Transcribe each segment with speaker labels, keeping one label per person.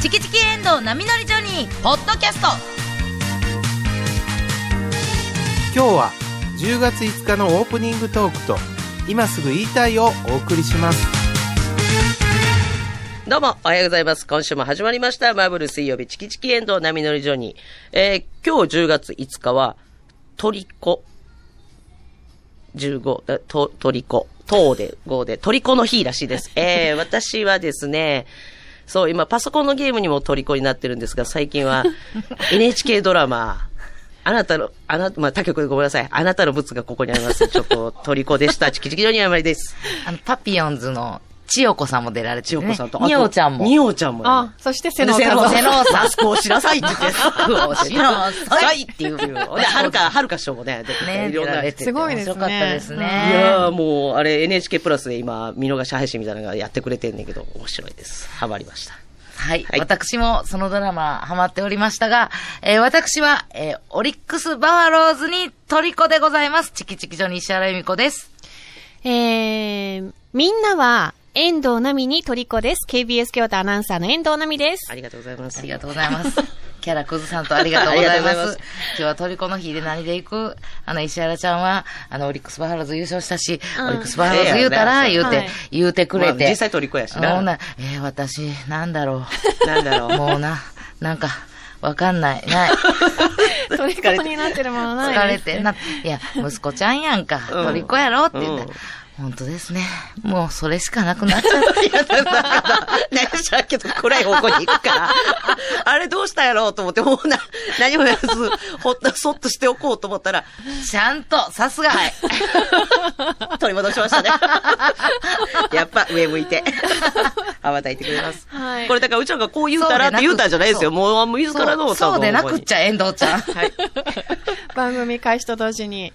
Speaker 1: チキチキエンドウ波乗りジョニー」ポッドキャスト
Speaker 2: 今日は10月5日のオープニングトークと今すぐ言いたいをお送りします
Speaker 3: どうも、おはようございます。今週も始まりました。マーブル水曜日、チキチキエンドウ波乗りジョニー。えー、今日10月5日は、トリコ。15、えト、トリコ。トーで、5で、トリコの日らしいです。 えー、私はですね、そう、今、パソコンのゲームにもトリコになってるんですが、最 近は、NHK ドラマ、あなたの、あなた、まあ、他局でごめんなさい。あなたのブツがここにあります。ちょっと、トリコでした。チキチキジョニーあまりです。
Speaker 4: あの、パピヨンズの千代子さんも出られて
Speaker 3: 千
Speaker 4: る、
Speaker 3: 代
Speaker 4: ね。
Speaker 3: 子さんと。
Speaker 4: におちゃんも。
Speaker 3: におちゃんもね。
Speaker 5: あ、そして瀬
Speaker 4: で
Speaker 5: 能
Speaker 4: 瀬
Speaker 5: さん
Speaker 4: 能
Speaker 5: も。
Speaker 4: 瀬能さん
Speaker 3: マスクをしなさいって言って、マスクをしなさいっていう。で、はるか、はるか師匠もね、出て
Speaker 4: ね、
Speaker 3: いろ
Speaker 4: 出
Speaker 3: ん
Speaker 4: ら
Speaker 3: な。
Speaker 4: れ
Speaker 3: い
Speaker 4: てて。
Speaker 5: すごいですね
Speaker 4: 面白かったですね。
Speaker 3: やーもう、あれ NHK プラスで今、見逃し配信みたいなのがやってくれてんねんけど、面白いです。ハマりました。
Speaker 4: はい、
Speaker 3: はい
Speaker 4: 私もそのドラマハマっておりましたが、えー私は、えーオリックスバファローズにトリコでございます。チキチキジョニー石原由美子です。
Speaker 6: えー、みんなは、遠藤奈美に虜です。KBS 京都アナウンサーの遠藤奈美です
Speaker 3: あ。りがとうございます。
Speaker 4: ありがとうござい ます。キャラクズさんとありがとうございま
Speaker 3: ありがとうござい
Speaker 4: す。
Speaker 3: ます
Speaker 4: 今日はトリコの日で何で行くあの、石原ちゃんは、あの、オリックスバファローズ優勝したし、
Speaker 6: うん
Speaker 4: オリックスバファローズ言うたら、
Speaker 3: ええ
Speaker 4: 言
Speaker 3: や
Speaker 4: う
Speaker 3: ろ
Speaker 4: て、
Speaker 6: はい
Speaker 4: 言うてくれて。
Speaker 3: まあ実際トリコやしな
Speaker 4: ほんなえー私、なんだろ
Speaker 3: なんだろ
Speaker 4: う。
Speaker 3: う。
Speaker 4: もうな、なんか、わかんない。ない。
Speaker 6: トリコになってるものない
Speaker 4: 疲れ
Speaker 6: です
Speaker 4: てな。いや、息子ちゃんやんか。
Speaker 3: うん
Speaker 4: トリコやろって言った
Speaker 3: うん
Speaker 4: ら、本当ですね。もうそれしかなくなっちゃ って。
Speaker 3: 何しらんけど暗い方向に行くから、あれどうしたんやろうと思って、もうな、何もやらず、ほっと、そっとしておこうと思ったら、
Speaker 4: ちゃんと、さすが。
Speaker 3: 取り戻しま したね。やっぱ上向いて、羽ばたいてくれます。
Speaker 6: はい
Speaker 3: これだからうちらがこう言うたらって言うたんじゃないです
Speaker 4: そ
Speaker 3: よ。
Speaker 4: う
Speaker 3: もうもう自らの
Speaker 4: そうそうでなくっち
Speaker 3: ゃ。
Speaker 4: ゃ、遠藤ちゃん。
Speaker 3: はい。
Speaker 5: 番組開始と同時に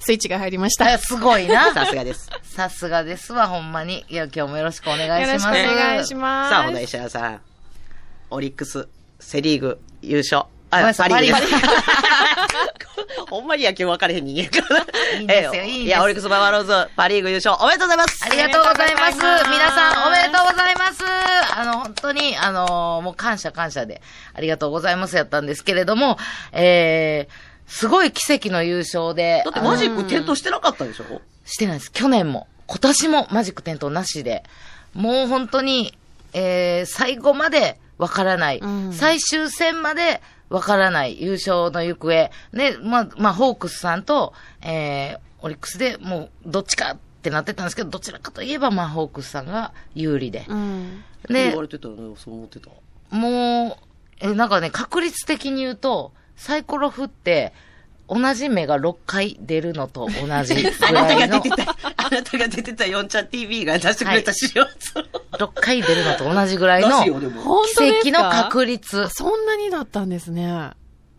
Speaker 5: スイッチが入りました。
Speaker 4: あすごいな。
Speaker 3: さすがです。
Speaker 4: さすがですわ、ほんまに。いや、今日もよろしくお願い
Speaker 5: よ
Speaker 4: し
Speaker 5: ろ
Speaker 4: ま
Speaker 5: し
Speaker 4: す。
Speaker 5: くお願いします。
Speaker 3: さあ、ほな石原さん。オリックス、セリーグ、優勝。
Speaker 4: ごめんなさい
Speaker 3: で す
Speaker 4: パリー
Speaker 3: ほんまに野球分かれへん人間から。
Speaker 4: いいんですよ
Speaker 3: ええ
Speaker 4: いいんです
Speaker 3: いや、オリックスバファローズ、パリーグ優勝、おめでとうございます
Speaker 4: ありがとうございます。
Speaker 6: おめでとうございます
Speaker 4: 皆さん、おめでとうございます。あの、本当に、あの、もう感謝感謝で、ありがとうございますやったんですけれども、えー、すごい奇跡の優勝で、
Speaker 3: だって
Speaker 4: あの
Speaker 3: マジック点灯してなかったでしょ
Speaker 4: してないです。去年も、今年もマジック点灯なしで、もう本当に、えー、最後までわからない、
Speaker 6: ん
Speaker 4: 最終戦までわからない優勝の行方。ね、まあ、まあ、ホークスさんと、えー、オリックスでもう、どっちかってなってたんですけど、どちらかといえば、まあ、ホークスさんが有利で。
Speaker 6: うん。
Speaker 4: で
Speaker 3: 言わ、れてたよね、そう思ってた。
Speaker 4: もう、え、なんかね、確率的に言うと、サイコロ振って、同じ目が6回出るのと同 じぐ
Speaker 3: あなた
Speaker 4: らい
Speaker 3: が
Speaker 4: の
Speaker 3: 出てた、 あなたが出てた4ちゃん TV が出してくれた資料、その
Speaker 4: 6回出るのと同じぐらいの
Speaker 3: 出すよでも
Speaker 5: 本当ですか
Speaker 4: 奇跡の確率。
Speaker 5: そんなにだったんですね。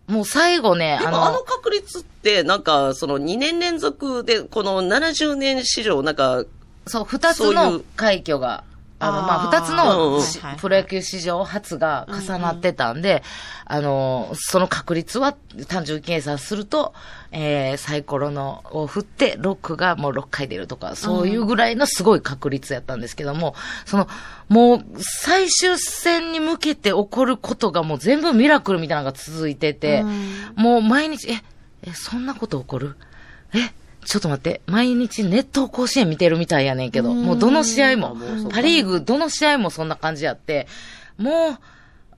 Speaker 4: もう最後ね、
Speaker 3: で
Speaker 4: あ
Speaker 3: もあの
Speaker 4: の、
Speaker 3: 確率って、なんか、その2年連続で、この70年史上、なんか、
Speaker 4: そう、二
Speaker 3: そう
Speaker 4: つ
Speaker 3: い
Speaker 4: の
Speaker 3: う
Speaker 4: 快挙が、あの、
Speaker 5: あー
Speaker 4: まあ、二つ
Speaker 3: うんうん
Speaker 4: のし
Speaker 5: はいはい
Speaker 4: プロ野球史上初が重なってたんで、あの、その確率は単純計算すると、えー、サイコロのを振って、6がもう6回出るとか、そういうぐらいのすごい確率やったんですけども、その、もう、最終戦に向けて起こることがもう全部ミラクルみたいなのが続いてて、もう毎日、え、え、そんなこと起こるえ、ちょっと待って、毎日ネット甲子園見てるみたいやねんけど、もうどの試合も、パリーグどの試合もそんな感じやって、もう、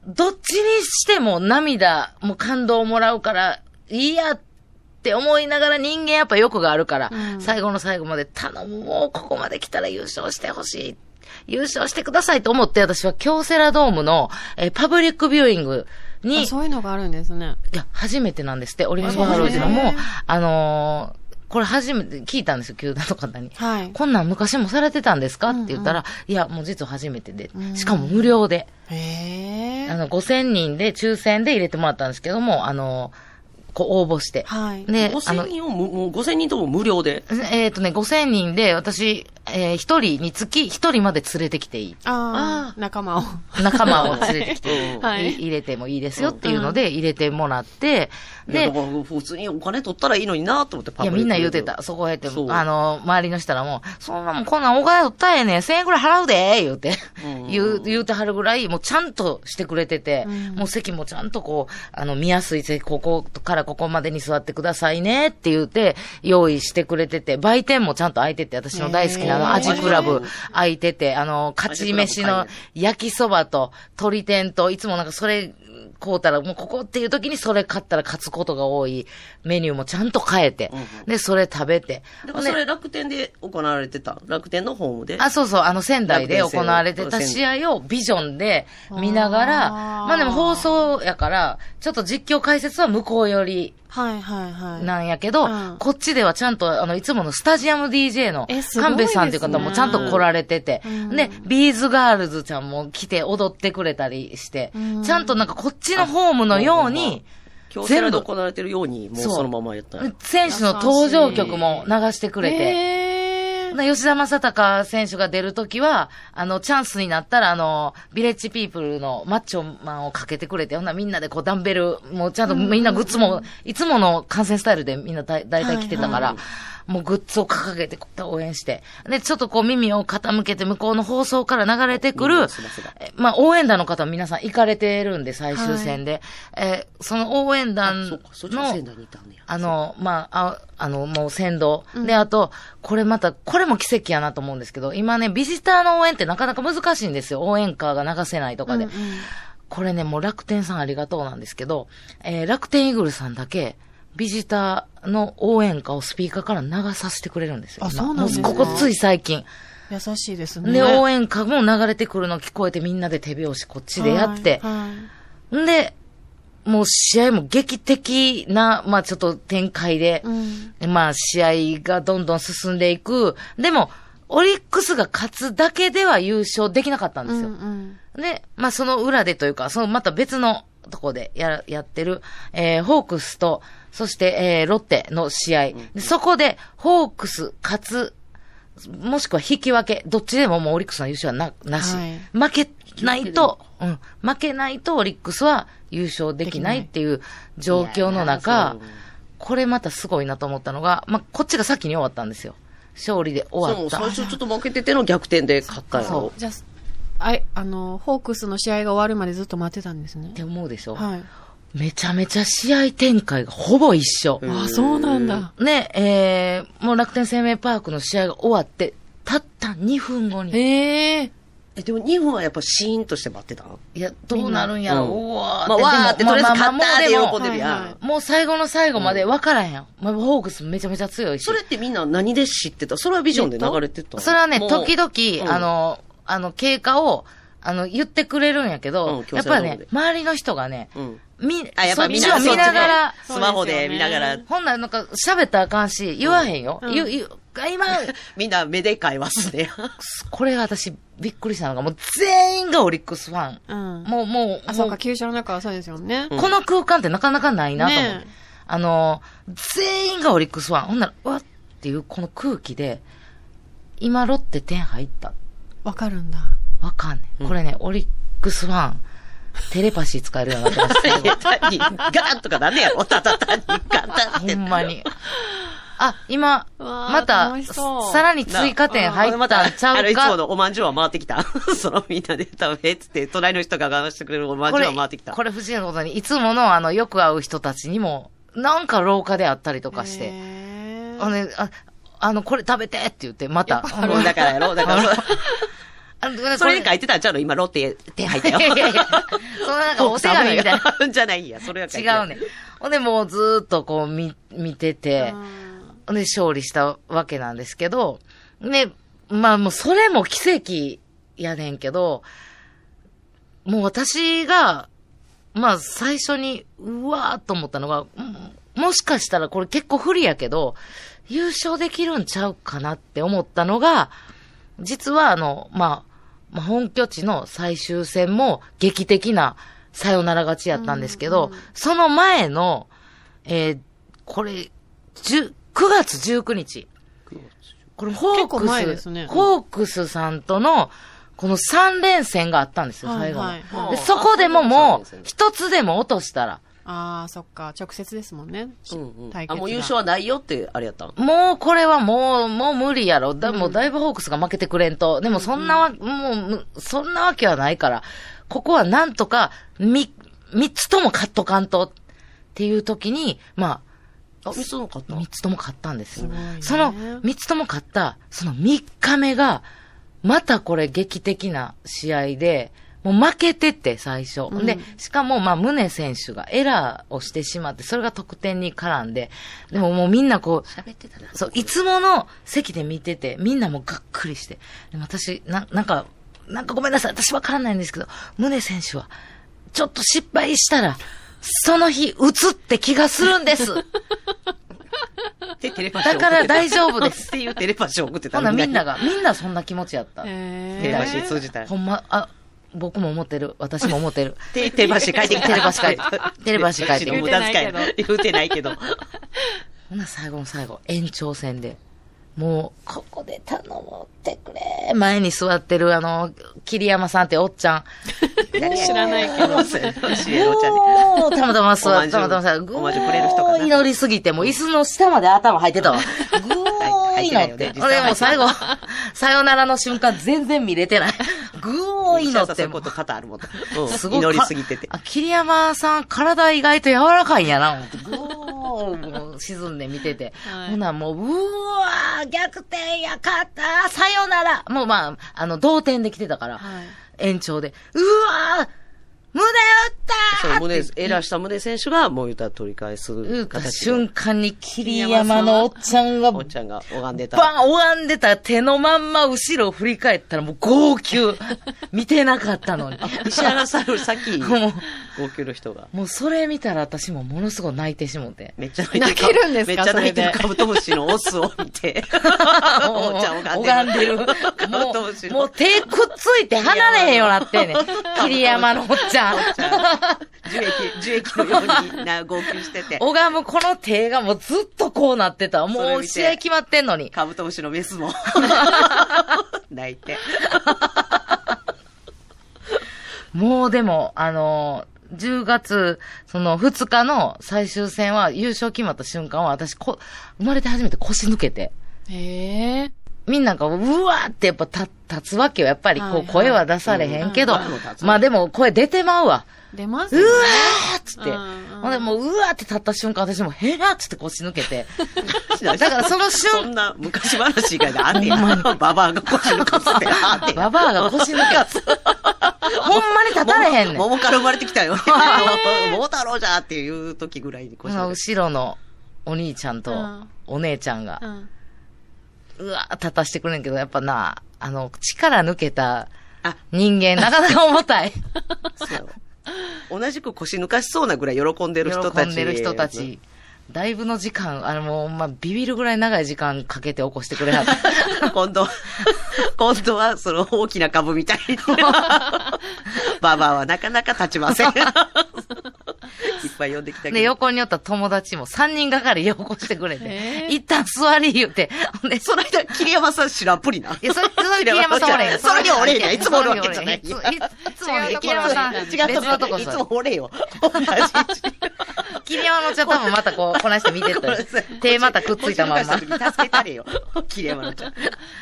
Speaker 4: どっちにしても涙、もう感動をもらうから、いいやって思いながら人間やっぱ欲があるから、最後の最後まで頼む、もうここまで来たら優勝してほしい。優勝してくださいと思って、私は京セラドームの、えーパブリックビューイング
Speaker 5: あ
Speaker 4: に
Speaker 5: そういうのがあるんですね。
Speaker 4: いや、初めてなんですって、オリンピックバファローズのも、あのーこれ初めて聞いたんですよ、球団の方に。
Speaker 5: はい。
Speaker 4: こんなん昔もされてたんですかって言ったら、いや、もう実は初めてで、しかも無料で、
Speaker 5: へえ
Speaker 4: あ。の、5000人で抽選で入れてもらったんですけども、あのーこう応募して。
Speaker 5: はい。
Speaker 4: で、あ
Speaker 3: 5000
Speaker 4: の、
Speaker 3: 人をも、もう5000人とも無料で。
Speaker 4: えっ、とね、5000人で、私、ええー一人につき、一人まで連れてきていい。
Speaker 5: ああ、仲間を。
Speaker 4: 仲間を連れてきていい。
Speaker 5: はい
Speaker 4: い入れてもいいですよっていうので、入れてもらって、
Speaker 3: いや
Speaker 4: で
Speaker 3: だ、から普通にお金取ったらいいのになと思ってパ
Speaker 4: い
Speaker 3: ブ
Speaker 4: や、
Speaker 3: リック
Speaker 4: みんな言うてた。そこへって、
Speaker 3: そう
Speaker 4: あの、周りの人らも、そんなもん、こんなんお金取ったらええねん、1000円ぐらい払うで、言うて、
Speaker 3: うん
Speaker 4: 言う、言うてはるぐらい、もうちゃんとしてくれてて、もう席もちゃんとこう、あの、見やすい席、ここからここまでに座ってくださいね、って言うて、用意してくれてて、売店もちゃんと開いてて、私の大好きなあの、アジクラブ開いてて、あの、勝ち飯の焼きそばと、鶏天と、いつもなんかそれ、こうたら、もうここっていう時にそれ買ったら勝つことが多いメニューもちゃんと変えて、で、それ食べて。
Speaker 3: だからそれ楽天で行われてた。楽天のホームで。
Speaker 4: あ、そうそう、あの、仙台で行われて
Speaker 3: 楽
Speaker 4: た
Speaker 3: 天戦
Speaker 4: 試合をビジョンで見ながら、
Speaker 5: あー
Speaker 4: まあでも放送やから、ちょっと実況解説は向こうより
Speaker 5: はいはいはい。
Speaker 4: なんやけ
Speaker 5: う
Speaker 4: ど、
Speaker 5: ん
Speaker 4: こっちではちゃんと、あの、いつものスタジアム DJ の
Speaker 5: えすごいですね
Speaker 4: 神戸さんという方もちゃんと来られてて、
Speaker 5: うん
Speaker 4: で、ビーズガールズちゃんも来て踊ってくれたりして、
Speaker 5: ん
Speaker 4: ちゃんとなんかこっちのホームのよう
Speaker 3: あほんま
Speaker 4: に、
Speaker 3: 京セラで行われてるように、もう
Speaker 4: そう
Speaker 3: そのままやったんや
Speaker 4: 選手の登場曲も流してくれて、
Speaker 5: えー
Speaker 4: な吉田正尚選手が出るときは、あの、チャンスになったら、あの、ビレッジピープルのマッチョマンをかけてくれて、ほんならみんなでこうダンベル、もうちゃんとみんなグッズも、いつもの観戦スタイルでみんなだい大体来てたから、もうグッズを掲げてこう応援して、で、ちょっとこう耳を傾けて向こうの放送から流れてく
Speaker 3: 耳
Speaker 4: る
Speaker 3: を澄ませば、
Speaker 4: えまあ応援団の方皆さん行かれてるんで、最終戦で。えーその応援団
Speaker 3: そ
Speaker 4: の
Speaker 3: っか、そっちの仙台にいたんねや。
Speaker 4: あの、まあ、ああの、もう先導。で、あと、これまた、これも奇跡やなと思うんですけど、今ね、ビジターの応援ってなかなか難しいんですよ。応援歌が流せないとかで。これね、もう楽天さんありがとうなんですけど、えー楽天イーグルさんだけ、ビジターの応援歌をスピーカーから流させてくれるんですよ。
Speaker 5: あ
Speaker 4: 今
Speaker 5: そうなんですか
Speaker 4: もここつい最近。
Speaker 5: 優しいですね。
Speaker 4: で、応援歌も流れてくるの聞こえてみんなで手拍子こっちでやって。
Speaker 5: はいはい
Speaker 4: んで、もう試合も劇的な、まあちょっと展開で、
Speaker 5: うん
Speaker 4: まあ試合がどんどん進んでいく。でも、オリックスが勝つだけでは優勝できなかったんですよ。
Speaker 5: うん
Speaker 4: で、まあその裏でというか、そのまた別のとこでや、やってる、えーホークスと、そして、えーロッテの試合。でそこで、ホークス勝つ、もしくは引き分け、どっちでももうオリックスの優勝はな、なし。
Speaker 5: はい
Speaker 4: 負けないと、うん、負けないとオリックスは優勝できないっていう状況の中、これまたすごいなと思ったのが、まあ、こっちが先に終わったんですよ。勝利で終わ
Speaker 3: そう、
Speaker 4: った。
Speaker 3: 最初ちょっと負けてての逆転で勝ったんや
Speaker 4: そ
Speaker 3: ろ
Speaker 4: う。
Speaker 5: じゃあ、あいあの、ホークスの試合が終わるまでずっと待ってたんですね
Speaker 4: っ。て思うでしょ、
Speaker 5: はい。
Speaker 4: めちゃめちゃ試合展開がほぼ一緒。
Speaker 5: あ、そうなんだ。
Speaker 4: ね、えー、もう楽天生命パークの試合が終わって、たった2分後に、
Speaker 5: ええ
Speaker 3: え、でも日本はやっぱシーンとして待ってたの
Speaker 4: いや、どうなるんやろ、う
Speaker 3: うん
Speaker 4: わ
Speaker 3: まあ、わーって、
Speaker 4: でも
Speaker 3: とりあえず
Speaker 4: まあ
Speaker 3: 勝
Speaker 4: まあ
Speaker 3: ったって
Speaker 4: もう
Speaker 3: 喜んでる
Speaker 5: はいは
Speaker 3: や
Speaker 5: い
Speaker 3: ん。
Speaker 4: でももう最後の最後まで分からへん。まあ、ホークスめちゃめちゃ強いし。
Speaker 3: それってみんな何で知ってたそれはビジョンで流れてたの
Speaker 4: それはね、
Speaker 3: もう
Speaker 4: 時々、
Speaker 3: うん
Speaker 4: あの、あの、経過を、あの、言ってくれるんやけど、
Speaker 3: うん強
Speaker 4: やっ
Speaker 3: 制
Speaker 4: ぱり
Speaker 3: 労
Speaker 4: ね
Speaker 3: 働で、
Speaker 4: 周りの人がね、
Speaker 3: うん。
Speaker 4: み、
Speaker 3: あ、やっ
Speaker 4: そ
Speaker 3: ぱ
Speaker 4: っ
Speaker 3: みん
Speaker 4: ち
Speaker 3: な
Speaker 4: を見ながら、
Speaker 3: スマホで見ながら、
Speaker 4: ほんならなんか喋ったらあかんし、言わへんよ。
Speaker 5: ん
Speaker 4: 言う、言う、今、
Speaker 3: みんな目で会話すね。
Speaker 4: これが私びっくりしたのが、もう全員がオリックスファン。
Speaker 5: うん。
Speaker 4: もう、もう、
Speaker 5: あ、そう
Speaker 4: も
Speaker 5: か、
Speaker 4: う
Speaker 5: 球場の中はそうですよね。
Speaker 4: この空間ってなかなかないなと思って。
Speaker 5: ねえ
Speaker 4: あの、全員がオリックスファン。ほんなら、うわっていうこの空気で、今ロッテ点入った。
Speaker 5: わかるんだ。
Speaker 4: わかんねん。これね、オリックスファン、テレパシー使えるようになってます。
Speaker 3: いや単に、ガーンとかなんね やろただ単に、ガタっ
Speaker 4: ほ
Speaker 3: て。
Speaker 4: んまに。あ、今、
Speaker 5: うわー
Speaker 4: また
Speaker 5: 楽し、そう
Speaker 4: さらに追加点入っ
Speaker 3: ま
Speaker 4: た
Speaker 3: た
Speaker 4: んちゃ
Speaker 3: あの、
Speaker 4: う
Speaker 3: いつも
Speaker 4: か。
Speaker 3: のおまんじゅうは回ってきた。 そのみんなで食べっつって、隣の人が我慢してくれるおまん
Speaker 4: こ
Speaker 3: じゅう
Speaker 4: れ
Speaker 3: は回ってき、た。
Speaker 4: これ不思議なことに、いつものあの、よく会う人たちにも、なんか廊下であったりとかして。
Speaker 5: え
Speaker 4: あのね、あ、あの、これ食べてって言って、また。
Speaker 3: もうだからやろだからそう、
Speaker 4: あのだから
Speaker 3: そ
Speaker 4: こ
Speaker 3: れで書いてたんちゃうの今、ロッテ、手入ったよ
Speaker 4: い。やいや いや そのなんかお手紙みたいな。
Speaker 3: な。じゃないんや、それは書いて
Speaker 4: 違うね。。ほんで、もうずーっとこう見、見てて、ほんで、勝利したわけなんですけど、ね、まあもうそれも奇跡やねんけど、もう私が、まあ最初に、うわーっと思ったのが、うんもしかしたらこれ結構不利やけど、優勝できるんちゃうかなって思ったのが、実はあの、まあ、まあ、本拠地の最終戦も劇的なサヨナラ勝ちやったんですけど、その前の、えーこれ、10 9月19日。これホー
Speaker 6: 結構
Speaker 4: ク
Speaker 6: 前で
Speaker 4: ス、
Speaker 6: すね
Speaker 4: ホークスさんとの、この3連戦があったんですよ、
Speaker 6: はい
Speaker 4: 最後の。
Speaker 6: はいはい
Speaker 4: でそこでもも
Speaker 3: 三連
Speaker 4: う
Speaker 3: 戦、
Speaker 4: 一つでも落としたら、
Speaker 6: ああ、そっか。直接ですもんね。
Speaker 3: うんうん
Speaker 6: 対決が
Speaker 3: あ、もう優勝はないよって、あれやったの。
Speaker 4: もうこれはもう、もう無理やろ。だもうだいぶホークスが負けてくれんと。でもそんなわ、もうむ、そんなわけはないから、ここはなんとか、み、三つとも勝っとかんと。っていう時に、ま
Speaker 3: あ、ミスの勝っ
Speaker 4: あ、
Speaker 3: た
Speaker 4: 三つとも勝ったんですよ。
Speaker 6: ごいね
Speaker 4: その、三つとも勝った、その三日目が、またこれ劇的な試合で、もう負けてて、最初。
Speaker 6: うん
Speaker 4: で、しかも、まあ、宗選手がエラーをしてしまって、それが得点に絡んで、でももうみんなこう、
Speaker 3: 喋ってたな。
Speaker 4: そう、いつもの席で見てて、みんなもうがっくりして。でも私、な、なんか、なんかごめんなさい。私わからないんですけど、宗選手は、ちょっと失敗したら、その日、打つって気がするんです。
Speaker 3: で、テレパシー
Speaker 4: だから大丈夫です。
Speaker 3: っていうテレパシーを送ってた
Speaker 4: ほな、みんな。が、みんなそんな気持ちやった。
Speaker 3: テレ
Speaker 6: え
Speaker 3: パシー通じた。
Speaker 4: ほんま、あ、僕も思ってる。私も思ってる。
Speaker 3: テテレパシー書いてきた。
Speaker 4: テレパシー書いてテレパシー書いて
Speaker 3: 無駄遣いな。言うてないけど。
Speaker 4: ほな、最後の最後、延長戦で。もう、ここで頼もうってくれ。前に座ってる、あの、桐山さんっておっち ゃん。
Speaker 6: 知らな いけど。
Speaker 3: ど。シエロちゃんに。
Speaker 4: もう、たまたま座
Speaker 3: おま
Speaker 4: っ
Speaker 3: ん
Speaker 4: て、
Speaker 3: じゅ
Speaker 4: たま
Speaker 3: う
Speaker 4: たまさ、ぐ
Speaker 3: おまんじゅうくれる人かな
Speaker 4: ー祈りすぎて、もう椅子の下まで頭入 ってたわ。ぐー
Speaker 3: 入ってない
Speaker 4: 祈
Speaker 3: よ
Speaker 4: っ
Speaker 3: ね
Speaker 4: て
Speaker 3: 実。際
Speaker 4: 俺もう最後、 さよならの瞬間全然見れて ない。ぐー
Speaker 3: 石
Speaker 4: 祈
Speaker 3: 田さ
Speaker 4: っ
Speaker 3: んそう
Speaker 4: て
Speaker 3: いう。こと多々あるもん。うん
Speaker 4: すごい
Speaker 3: 祈りすぎてて
Speaker 4: か。あ、桐山さん、体意外と柔らかいんやな、思って。ぐー、もう沈んで見てて。
Speaker 6: はい
Speaker 4: ほな、もう、うわー、逆転やかったさよならもうまあ、あの、同点で来てたから、
Speaker 6: はい
Speaker 4: 延長で、うわー胸打
Speaker 3: そう、
Speaker 4: ったー
Speaker 3: 胸、エラーした胸選手が、もう言うたら取り返
Speaker 4: 打
Speaker 3: す
Speaker 4: った
Speaker 3: 形で。
Speaker 4: 瞬間に桐山のおっちゃんが、
Speaker 3: お
Speaker 4: バ
Speaker 3: っちゃんが拝んでた。
Speaker 4: ン拝んでた手のまんま後ろを振り返ったらもう号泣。見てなかったのに。
Speaker 3: 石原さんより 先、
Speaker 4: もう
Speaker 3: 号泣の人が。
Speaker 4: もうそれ見たら私もものすごい泣いてしもて。
Speaker 3: めっちゃ泣いて
Speaker 6: 泣けるんですか
Speaker 3: めっちゃ泣いてる
Speaker 6: それで
Speaker 3: カブトムシのオスを 見て。おっちゃん拝んで る。
Speaker 4: 拝んでる
Speaker 3: カブ
Speaker 4: も
Speaker 3: トムシ
Speaker 4: う、
Speaker 3: の。
Speaker 4: もう手くっついて離れへんようになってんねん。桐山のおっちゃん。
Speaker 3: 樹液、樹液のようにな、号泣してて。
Speaker 4: 拝むこの手がもうずっとこうなってた。
Speaker 3: それ
Speaker 4: もう
Speaker 3: 見て
Speaker 4: 試合決まってんのに。
Speaker 3: カブトムシのメスも。泣いて。
Speaker 4: もうでも、あのー、10月、その2日の最終戦は、優勝決まった瞬間は、私こ、生まれて初めて腰抜けて。
Speaker 6: へえ。
Speaker 4: みんなが、うわーってやっぱ立立つわけよ。やっぱり、
Speaker 6: はい
Speaker 4: こ、
Speaker 6: はいう
Speaker 4: 声は出されへんけど
Speaker 3: うんうんうん立つ、
Speaker 4: まあでも、声出てまうわ。
Speaker 6: 出ます
Speaker 4: うわーっつって。
Speaker 6: うんうん
Speaker 4: ほんで、もう、うわーって立った瞬間、私も、へらーっつって腰抜け て。
Speaker 3: だ
Speaker 4: からその瞬
Speaker 3: そんな昔話以外であんねや。ババアが腰抜かすって。あんねや
Speaker 4: ババアが腰抜け て。ほんまに立たれへんねん。
Speaker 3: 桃から生まれてきたよ。桃太郎じゃーっていう時ぐらいに
Speaker 4: こ
Speaker 3: 腰
Speaker 4: の
Speaker 3: 抜け
Speaker 4: 後ろのお兄ちゃんと
Speaker 6: うん
Speaker 4: お姉ちゃんが
Speaker 6: う、ん。
Speaker 4: うわー立たしてくれんけど、やっぱな、あの、力抜けた
Speaker 3: あ
Speaker 4: 人間、なかなか重たい。
Speaker 3: たよ。同じく腰抜かしそうなぐらい喜んでる人たち。
Speaker 4: 喜んでる人たち。だいぶの時間、あの、もう、まあ、ビビるぐらい長い時間かけて起こしてくれはった。
Speaker 3: 今度は、今度はその大きな株みたい に。ババアはなかなか立ち ません。いっぱい呼んできたけど。
Speaker 4: で、横におった友達も3人がかりで起こしてくれ
Speaker 6: へ
Speaker 4: て、
Speaker 6: ー
Speaker 4: 一旦座り言うて、ほんで、
Speaker 3: その間、桐山さん知らんぷりな。
Speaker 4: いや、それ、そ れ、桐山さんおれへん。
Speaker 3: それに俺やいつもおるわけじゃない
Speaker 4: いついつもね、桐山さん、別
Speaker 3: 違う
Speaker 4: のとこ
Speaker 3: い
Speaker 4: 座
Speaker 3: つ
Speaker 4: る
Speaker 3: も俺よ。同じ位置
Speaker 4: 桐山のちゃん多分またこう、こないして見 てったよ手またくっついたまんま。
Speaker 3: 腰抜かした時助けたれよ。桐山のちゃん。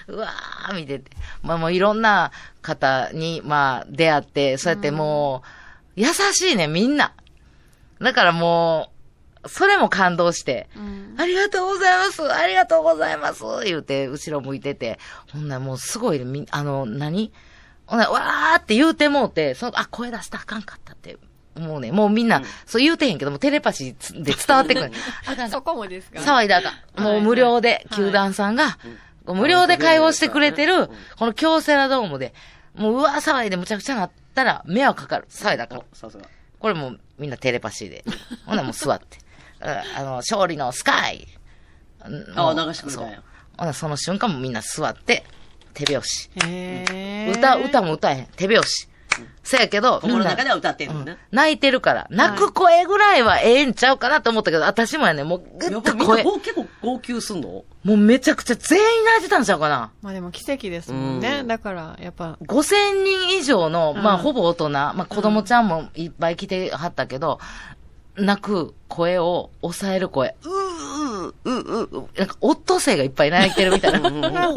Speaker 4: うわー、見てて。まあもういろんな方に、まあ出会って、そうやってもう、優しいね、みんな。だからもう、それも感動して、ありがとうございますありがとうございます言うて、後ろ向いてて、ほんならもうすごいね、みん、あの、何ほんならわーって言うてもうて、その、あ、声出したらあかんかったって。もうね、もうみんな、そう言うてへんけども、テレパシーつで伝わってく る。あかん
Speaker 6: そこもですか
Speaker 4: 騒いだらあかん。もう無料で、球団さんが、無料で会話してくれてる、この京セラドームで、もううわ、騒いでむちゃくちゃなったら、迷惑かかる。騒いだらあかん。
Speaker 3: さすが。
Speaker 4: これもうみんなテレパシーで。 ほなもう座って。うんあの、勝利のスカイ
Speaker 3: あ流してくれたんや
Speaker 4: そうほなその瞬間もみんな座って、手拍子。
Speaker 6: へえ。
Speaker 4: 歌、歌も歌えへん。手拍子。せやけど、
Speaker 3: 心の中では歌ってん
Speaker 4: う
Speaker 3: の
Speaker 4: ん
Speaker 3: ね。
Speaker 4: 泣いてるから、泣く声ぐらいはええんちゃうかなと思ったけど、私もやね、もうぐ
Speaker 3: や
Speaker 4: っ
Speaker 3: っぱ
Speaker 4: と
Speaker 3: みんな
Speaker 4: 声、
Speaker 3: 号結構号泣すんの
Speaker 4: もうめちゃくちゃ全員泣いてたんちゃうかな。
Speaker 5: まあでも奇跡ですもんね。だから、やっぱ、
Speaker 4: 5000人以上の、まあ、
Speaker 5: うん
Speaker 4: ほぼ大人、まあ、子供ちゃんもいっぱい来てはったけど、泣く声を抑える声、うーうーうーうーなんか、オットセイがいっぱい泣いてるみたい な。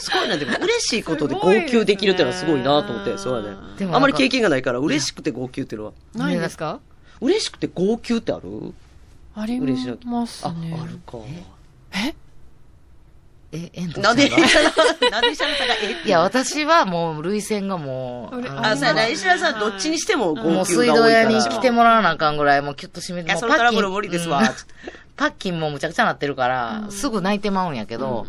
Speaker 3: すごいな、でも嬉しいことで号泣できるっていうのはすごいなと思って、
Speaker 5: す
Speaker 3: そ
Speaker 5: ご
Speaker 3: う
Speaker 5: いですね
Speaker 3: だね。
Speaker 4: でもなんか
Speaker 3: あんまり経験がないから、嬉しくて号泣っていうのは。
Speaker 5: ないんですか
Speaker 3: 嬉しくて号泣ってある
Speaker 5: あり
Speaker 3: 嬉しいな
Speaker 5: ます
Speaker 3: あ、
Speaker 5: ね。
Speaker 3: あるか。
Speaker 5: え
Speaker 4: え、エンド
Speaker 3: なんで、なんで石原さんがえ
Speaker 4: いや、私はもう、涙腺がもう、
Speaker 5: うれ
Speaker 4: あの
Speaker 3: あ、そうやな、石原さんどっちにしても号泣が多いから。
Speaker 4: もう水道屋に来て
Speaker 3: も
Speaker 4: もらわなあかんぐらい、もうキュッと締め
Speaker 3: い
Speaker 4: て、
Speaker 3: や、
Speaker 4: も
Speaker 3: そうのトラブル
Speaker 4: ン
Speaker 3: 無理です
Speaker 4: う
Speaker 3: わ
Speaker 4: ん。パッキンもむちゃくちゃなってるから、すぐ泣いてまうんやけど、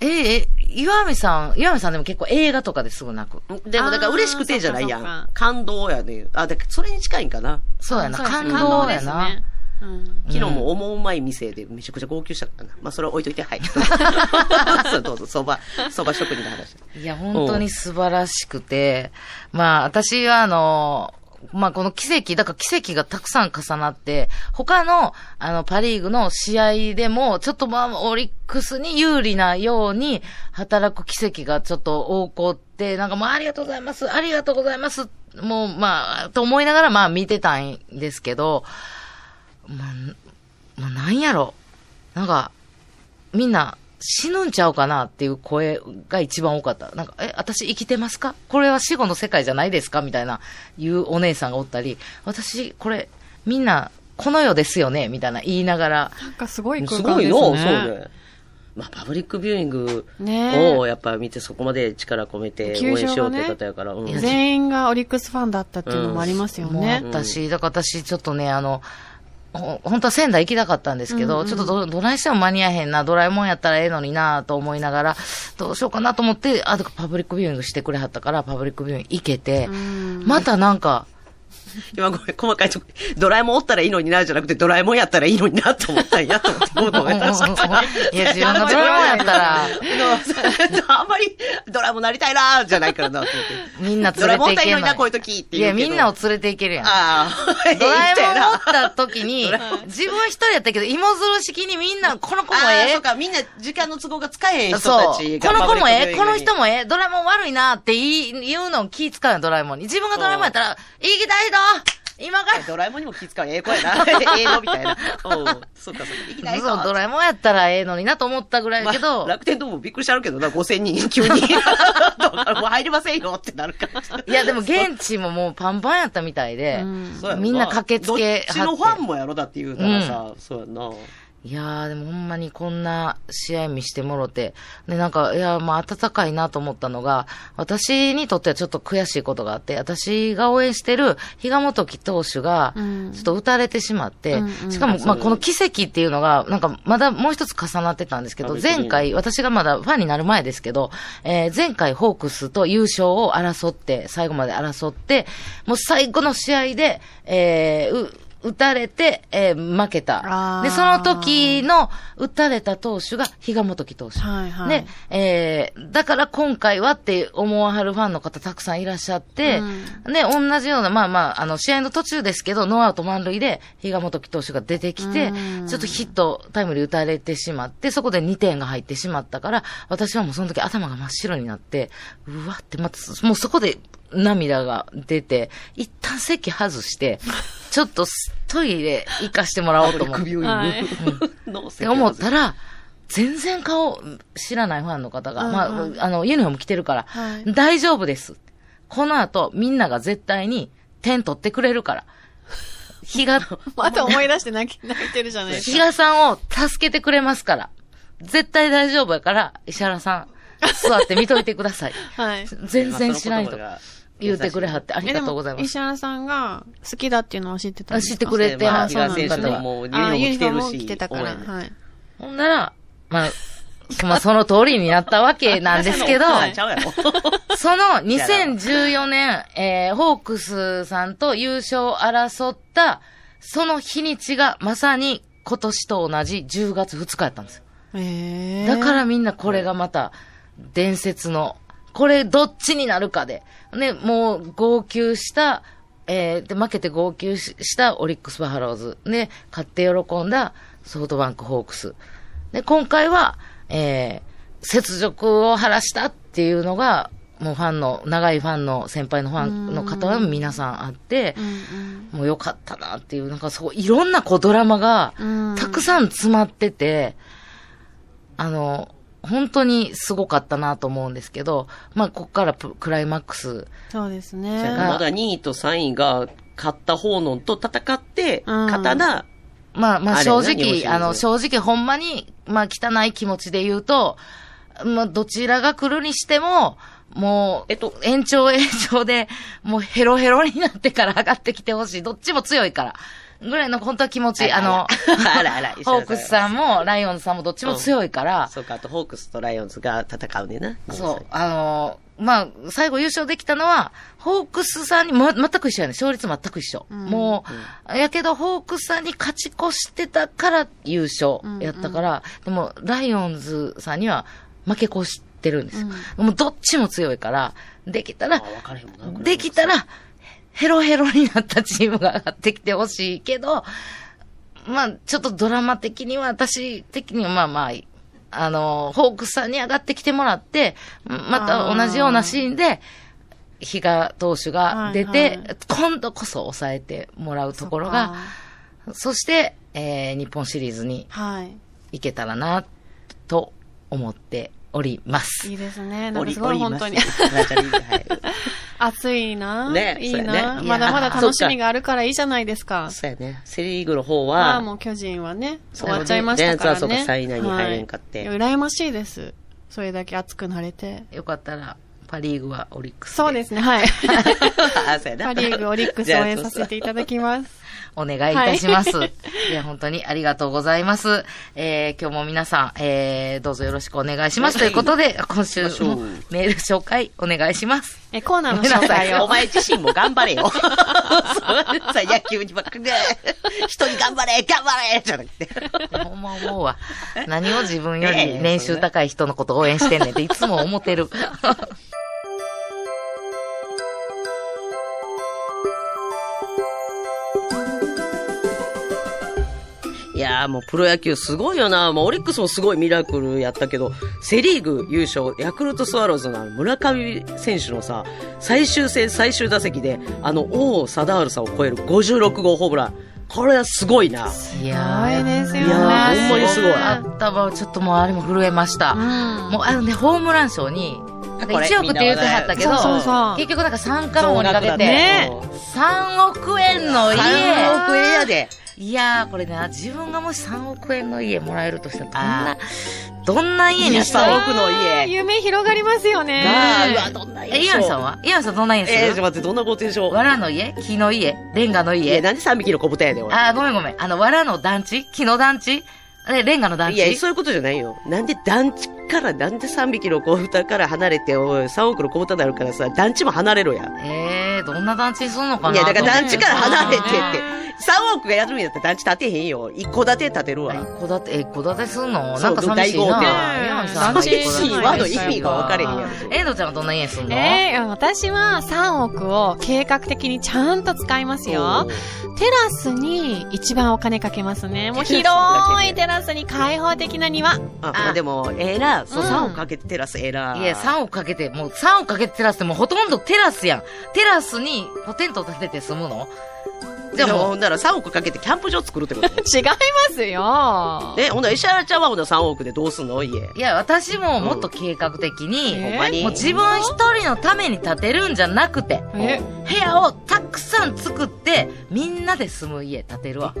Speaker 4: ええ、岩見さん、岩見さんでも結構映画とかですぐ泣く。
Speaker 3: でも、だから嬉しくてじゃないや
Speaker 5: あーそっか
Speaker 3: ん
Speaker 5: そっ。
Speaker 3: 感動やね。あ、だからそれに近いんかな。
Speaker 4: そうやな、
Speaker 5: そうです
Speaker 4: 感
Speaker 5: ね
Speaker 4: 動や
Speaker 5: 感動です
Speaker 4: な
Speaker 5: ね。うん
Speaker 3: 昨日も思うまい店でめちゃくちゃ号泣したからな。まあ、それは置いといて、はい。そうどうぞ、そば、そば職人の話。
Speaker 4: いや、本当に素晴らしくて、まあ、私はあの、まあ、この奇跡、だから奇跡がたくさん重なって、他の、あの、パリーグの試合でも、ちょっとまあ、オリックスに有利なように、働く奇跡がちょっと起こって、なんかもう、ありがとうございます、ありがとうございます、もう、まあ、と思いながら、まあ、見てたんですけど、もう、もうなんやろ。なんか、みんな死ぬんちゃうかなっていう声が一番多かった。なんか、え、私生きてますかこれは死後の世界じゃないですかみたいな、いうお姉さんがおったり、私、これ、みんな、この世ですよねみたいな言いながら、
Speaker 5: なんかすごい空
Speaker 3: す
Speaker 5: 間
Speaker 3: ごい
Speaker 5: ですね。
Speaker 3: な、そうね。まあ、パブリックビューイング
Speaker 5: ねえ
Speaker 3: をやっぱ見てそこまで力込めて応援しようっていう方やから、うん。
Speaker 5: 全員がオリックスファンだったっていうのもありますよ
Speaker 4: もうあ
Speaker 5: ね。
Speaker 4: ったし、だから私、ちょっとね、あの、ほ本当は仙台行きたかったんですけど、ちょっとどどないしても間に合えへんな、ドラえもんやったらええのになと思いながら、どうしようかなと思って、あ、だからパブリックビューイングしてくれはったから、パブリックビューイング行けて、またなんか、
Speaker 3: 今ごめん、細かいとこ、ドラえもんおったらいいのにな、じゃなくて、ドラえもんやったらいいのになと思ったんや、と思って。ごめんごめん、確かに。
Speaker 4: いや自分がドラ えもんやったら
Speaker 3: ら。あ んまり、ドラえもんなりたいな、じゃないからな、と思って。
Speaker 4: みんな
Speaker 3: ド
Speaker 4: 連
Speaker 3: ラえ
Speaker 4: れ
Speaker 3: もんお
Speaker 4: てい
Speaker 3: ったらいい
Speaker 4: け
Speaker 3: の
Speaker 4: ん
Speaker 3: に
Speaker 4: の
Speaker 3: な、
Speaker 4: に
Speaker 3: こういう時って
Speaker 4: い
Speaker 3: 言
Speaker 4: や、
Speaker 3: うけど
Speaker 4: みんなを連れていけるやん。
Speaker 3: あ あ、
Speaker 4: ドラえもん持
Speaker 3: な
Speaker 4: った時に、自分は一人やったけど、芋づる式にみんな、この子も
Speaker 3: ああ、
Speaker 4: ええ
Speaker 3: そう。か、みんな時間の都合が使えへん人
Speaker 4: そう。
Speaker 3: た
Speaker 4: こ
Speaker 3: ちが
Speaker 4: の子もええ、この人
Speaker 3: も。
Speaker 4: もええ、ドラえもん悪いなって言い言うのを気使うよ、ドラえもんに。自分がドラえもんやったら、行きたいぞ今から
Speaker 3: ドラえもんにも気使うええ子 やな。ええのみたいな。おうそっかそっか。いきなり
Speaker 4: そう、ドラえもんやったらええのになと思ったぐらいやけ
Speaker 3: ま
Speaker 4: ど
Speaker 3: あ、楽天ドームびっくりしちゃうけどな、5000人 急に。だからもう入りませんよってなるから。
Speaker 4: いや、でも現地ももうパンパンやったみたいで、
Speaker 3: そうやろな
Speaker 4: みんな駆けつけ
Speaker 3: どっちのファンもやろだって言うならさ、そうやんな。
Speaker 4: いやー、でもほんまにこんな試合見してもろて、で、なんか、いやー、まあ、暖かいなと思ったのが、私にとってはちょっと悔しいことがあって、私が応援してる比嘉元樹投手が、
Speaker 5: ん
Speaker 4: ちょっと打たれてしまって、
Speaker 5: うんうん
Speaker 4: しかも、まあ、この奇跡っていうのが、なんか、まだもう一つ重なってたんですけ
Speaker 3: あ
Speaker 4: ど、
Speaker 3: 別に
Speaker 4: 前回、私がまだファンになる前ですけど、えー前回ホークスと優勝を争って、最後まで争って、もう最後の試合で、えーう打たれて、えー負けた
Speaker 5: あ。ー
Speaker 4: で、その時の打たれた投手が比嘉元樹投手。
Speaker 5: はいはい。
Speaker 4: ね、えー、だから今回はって思わはるファンの方たくさんいらっしゃって、ね、同じような、まあまあ、あの、試合の途中ですけど、ノーアウト満塁で、比嘉元樹投手が出てきて、ちょっとヒット、タイムリー打たれてしまって、そこで2点が入ってしまったから、私はもうその時頭が真っ白になって、うわって、また、もうそこで涙が出て、一旦席 外して、ちょっとトイレ行かしてもらおうと思って。
Speaker 3: 首を
Speaker 5: はい
Speaker 3: の
Speaker 4: って思ったら、全然顔知らないファンの方が、
Speaker 5: うん
Speaker 4: まあ、あの、ユニフォーム着てるから、
Speaker 5: はい
Speaker 4: 大丈夫です。この後、みんなが絶対に点取ってくれるから。日が、
Speaker 5: また思い出して泣き 泣いてるじゃないです
Speaker 4: 日
Speaker 5: か。
Speaker 4: 賀さんを助けてくれますから。絶対大丈夫やから、石原さん、座って見といてくだ さい。
Speaker 5: はい。
Speaker 4: 全然知らんと
Speaker 3: まあ
Speaker 4: 言うてくれはって、あり
Speaker 5: え
Speaker 4: が
Speaker 5: で
Speaker 4: と
Speaker 5: も
Speaker 4: うございま
Speaker 5: 石
Speaker 4: す。
Speaker 5: 原さんが好きだっていうのは知ってたんです
Speaker 4: 知
Speaker 5: か
Speaker 4: ってくれて
Speaker 3: まあ
Speaker 4: はった
Speaker 3: 比嘉選手のもうユニフォーム
Speaker 5: あユニフォーム
Speaker 3: 着てるし
Speaker 5: を着てたから。
Speaker 3: 応援で
Speaker 5: はい。
Speaker 4: ほんなら、まあ、まあ、その通りになったわけなんですけど、
Speaker 3: あちゃうやろ。
Speaker 4: その2014年、えー、ホークスさんと優勝を争った、その日にちがまさに今年と同じ10月2日やったんですよ。
Speaker 5: ええ。
Speaker 4: だからみんなこれがまた伝説のこれどっちになるかで。ね、もう号泣した、えーで、負けて号泣ししたオリックスバファローズ。ね、勝って喜んだソフトバンクホークス。で、今回は、えー雪辱を晴らしたっていうのが、もうファンの、長いファンの先輩のファンの方は皆さんあって、もう良かったなっていう、なんかそう、いろんなこうドラマが、
Speaker 6: うん
Speaker 4: たくさん詰まってて、あの、本当にすごかったなと思うんですけど、まあ、ここからプクライマックス。
Speaker 6: そうです
Speaker 4: じゃ
Speaker 6: ね。
Speaker 4: が
Speaker 3: まだ2位と3位が勝った方のと戦って、
Speaker 6: うん
Speaker 3: 勝たな、
Speaker 4: まあ、まあ、
Speaker 3: あれね
Speaker 4: 正
Speaker 3: 日本シリ
Speaker 4: 直、
Speaker 3: ーズ
Speaker 4: あの、正直、ほんまに、まあ、汚い気持ちで言うと、まあ、どちらが来るにしても、もう、
Speaker 3: えっと
Speaker 4: 延長延長で、もうヘロヘロになってから上がってきてほしい。どっちも強いから。ぐらいの、本当は気持ち、あの、
Speaker 3: あらあら、
Speaker 4: ホークスさんも、ライオンズさんもどっちも強いから、
Speaker 3: そうか、あとホークスとライオンズが戦うねんな。
Speaker 4: そう、あのーまあ、最後優勝できたのは、ホークスさんに、ま、全く一緒やね。勝率全く一緒。もう、やけど、ホークスさんに勝ち越してたから優勝やったから、でも、ライオンズさんには負け越してるんですよ。もう、どっちも強いから、できたら、
Speaker 3: あ分かれへんもんなこれ
Speaker 4: できたら、ヘロヘロになったチームが上がってきてほしいけど、まあ、ちょっとドラマ的には、私的には、まあまあ、あの、ホークスさんに上がってきてもらって、また同じようなシーンで、比嘉投手が出て、
Speaker 5: はいは
Speaker 4: 今度こそ抑えてもらうところ
Speaker 5: そ
Speaker 4: が、そして、えー日本シリーズに
Speaker 5: はい。
Speaker 4: 行けたらな、と思っております。
Speaker 5: いいですね。な
Speaker 3: お
Speaker 5: んか
Speaker 3: り
Speaker 5: すごい本当に
Speaker 3: おり。ますよダジャレは
Speaker 5: 暑いな。
Speaker 3: ね
Speaker 5: いい
Speaker 3: そうやね
Speaker 5: な、
Speaker 3: いや
Speaker 5: まだまだ楽しみがあるからいいじゃないですか
Speaker 3: い。。そうやね。セリーグの方
Speaker 5: まあ
Speaker 3: は、
Speaker 5: もう巨人はね、
Speaker 3: そ
Speaker 5: 終
Speaker 3: う
Speaker 5: わっちゃいましたからね。
Speaker 3: ジャイアンツはそうか3位以内に入れんかって
Speaker 5: はいいや羨ましいです。それだけ熱くなれて。
Speaker 4: よかったら、パリーグはオリックスで。
Speaker 5: そうですね、 はい。
Speaker 3: あ そうやな
Speaker 5: パリーグ、オリックス
Speaker 3: じ
Speaker 5: 応
Speaker 3: ゃあ
Speaker 5: 援させていただきます。
Speaker 4: お願いいたします。い、や、本当にありがとうございます。えー、今日も皆さん、えー、どうぞよろしくお願いします。ということで、今週
Speaker 3: 行きましょ
Speaker 4: も
Speaker 3: う
Speaker 4: メール紹介お願いし ます。
Speaker 5: え、コーナーの紹介
Speaker 3: お
Speaker 5: を。
Speaker 3: 前自身も頑張れ よ。そうさ、野球にばっかりで、人に頑張れ頑張れじゃなくて。
Speaker 4: ほんま思うわ。何を自分よ
Speaker 3: いやい
Speaker 4: り
Speaker 3: や
Speaker 4: 年収高い人のことを応援してんねんっていつも思ってる。
Speaker 3: いやーもうプロ野球すごいよな。もうオリックスもすごいミラクルやったけど、セリーグ優勝、ヤクルトスワローズのあの村上選手のさ、最終戦最終打席で、あの王貞治さんを超える56号ホームラン。これはす ごいな。
Speaker 4: い
Speaker 5: すごいですよね
Speaker 3: いやーほんまにすごい
Speaker 4: あったわ。ちょっともうあれも震えました。もうあのね、ホームラン賞に、なんか
Speaker 3: これ
Speaker 4: 1億って言ってはったけど、
Speaker 5: そうそうそう
Speaker 4: 結局なんか3冠王にかけて、
Speaker 3: ね
Speaker 4: 3億円の家。
Speaker 3: 3億円やで。
Speaker 4: いやー、これな、自分がもし3億円の家もらえるとしたら、どんな、どんな家にした
Speaker 3: 3
Speaker 4: い
Speaker 3: 億の家。
Speaker 5: 夢広がりますよ
Speaker 3: なあ、う
Speaker 5: ね。
Speaker 3: わ、どんな家
Speaker 4: え、岩見さんは岩見さんどんな家にする、
Speaker 3: えー、ちょっと待って、どんな豪邸でしょう
Speaker 4: 藁の家木の家レンガの
Speaker 3: いや、
Speaker 4: 家
Speaker 3: なんで3匹の小豚やねん、俺。
Speaker 4: あー、ごめんごめん。あの、藁の団地木の団地え、レンガの団
Speaker 3: い
Speaker 4: 地
Speaker 3: や、そういうことじゃないよ。なんで団地から、なんで3匹の小豚から離れて、おい、3億の小豚になるからさ、団地も離れろや。
Speaker 4: えー、どんな団地にすんのかない
Speaker 3: や、だから団地から離れてって。
Speaker 4: て。
Speaker 3: 3億がやるんやったら団地建てへんよ。一戸建て建てる
Speaker 4: あ
Speaker 3: わ。
Speaker 4: 一戸建て、え、一戸建てすんの
Speaker 3: そう
Speaker 4: なんか寂しいな
Speaker 3: 大豪
Speaker 5: 邸
Speaker 4: 岩見さん。
Speaker 5: 団地
Speaker 3: 寂しいワード意味が分かれへんや
Speaker 4: え
Speaker 3: ろ。
Speaker 4: んどちゃんはどんな家にすんの
Speaker 6: えー、私は3億を計画的にちゃんと使いますよ。テラスに一番お金かけます ね。もう広いテラスに開放的な庭。
Speaker 3: あ、まあでも、ええな。そう、3億かけてテラスええな。
Speaker 4: いや、3億かけて、もう3億かけてテラスってもうほとんどテラスやん。テラスにポテント立てて住むのじ
Speaker 3: じ
Speaker 4: ゃあ
Speaker 3: ゃ
Speaker 4: も
Speaker 3: ほんなら3億かけてキャンプ場作るって こと
Speaker 6: 違いますよ。
Speaker 3: ね、ほんなら石原ちゃんはほんなら3億でどうすんの家。
Speaker 4: う、いや、私ももっと計画的に、
Speaker 3: ほんまに。
Speaker 4: もう自分一人のために建てるんじゃなくて、
Speaker 6: え
Speaker 4: 部屋をたくさん作って、みんなで住む家建てるわ。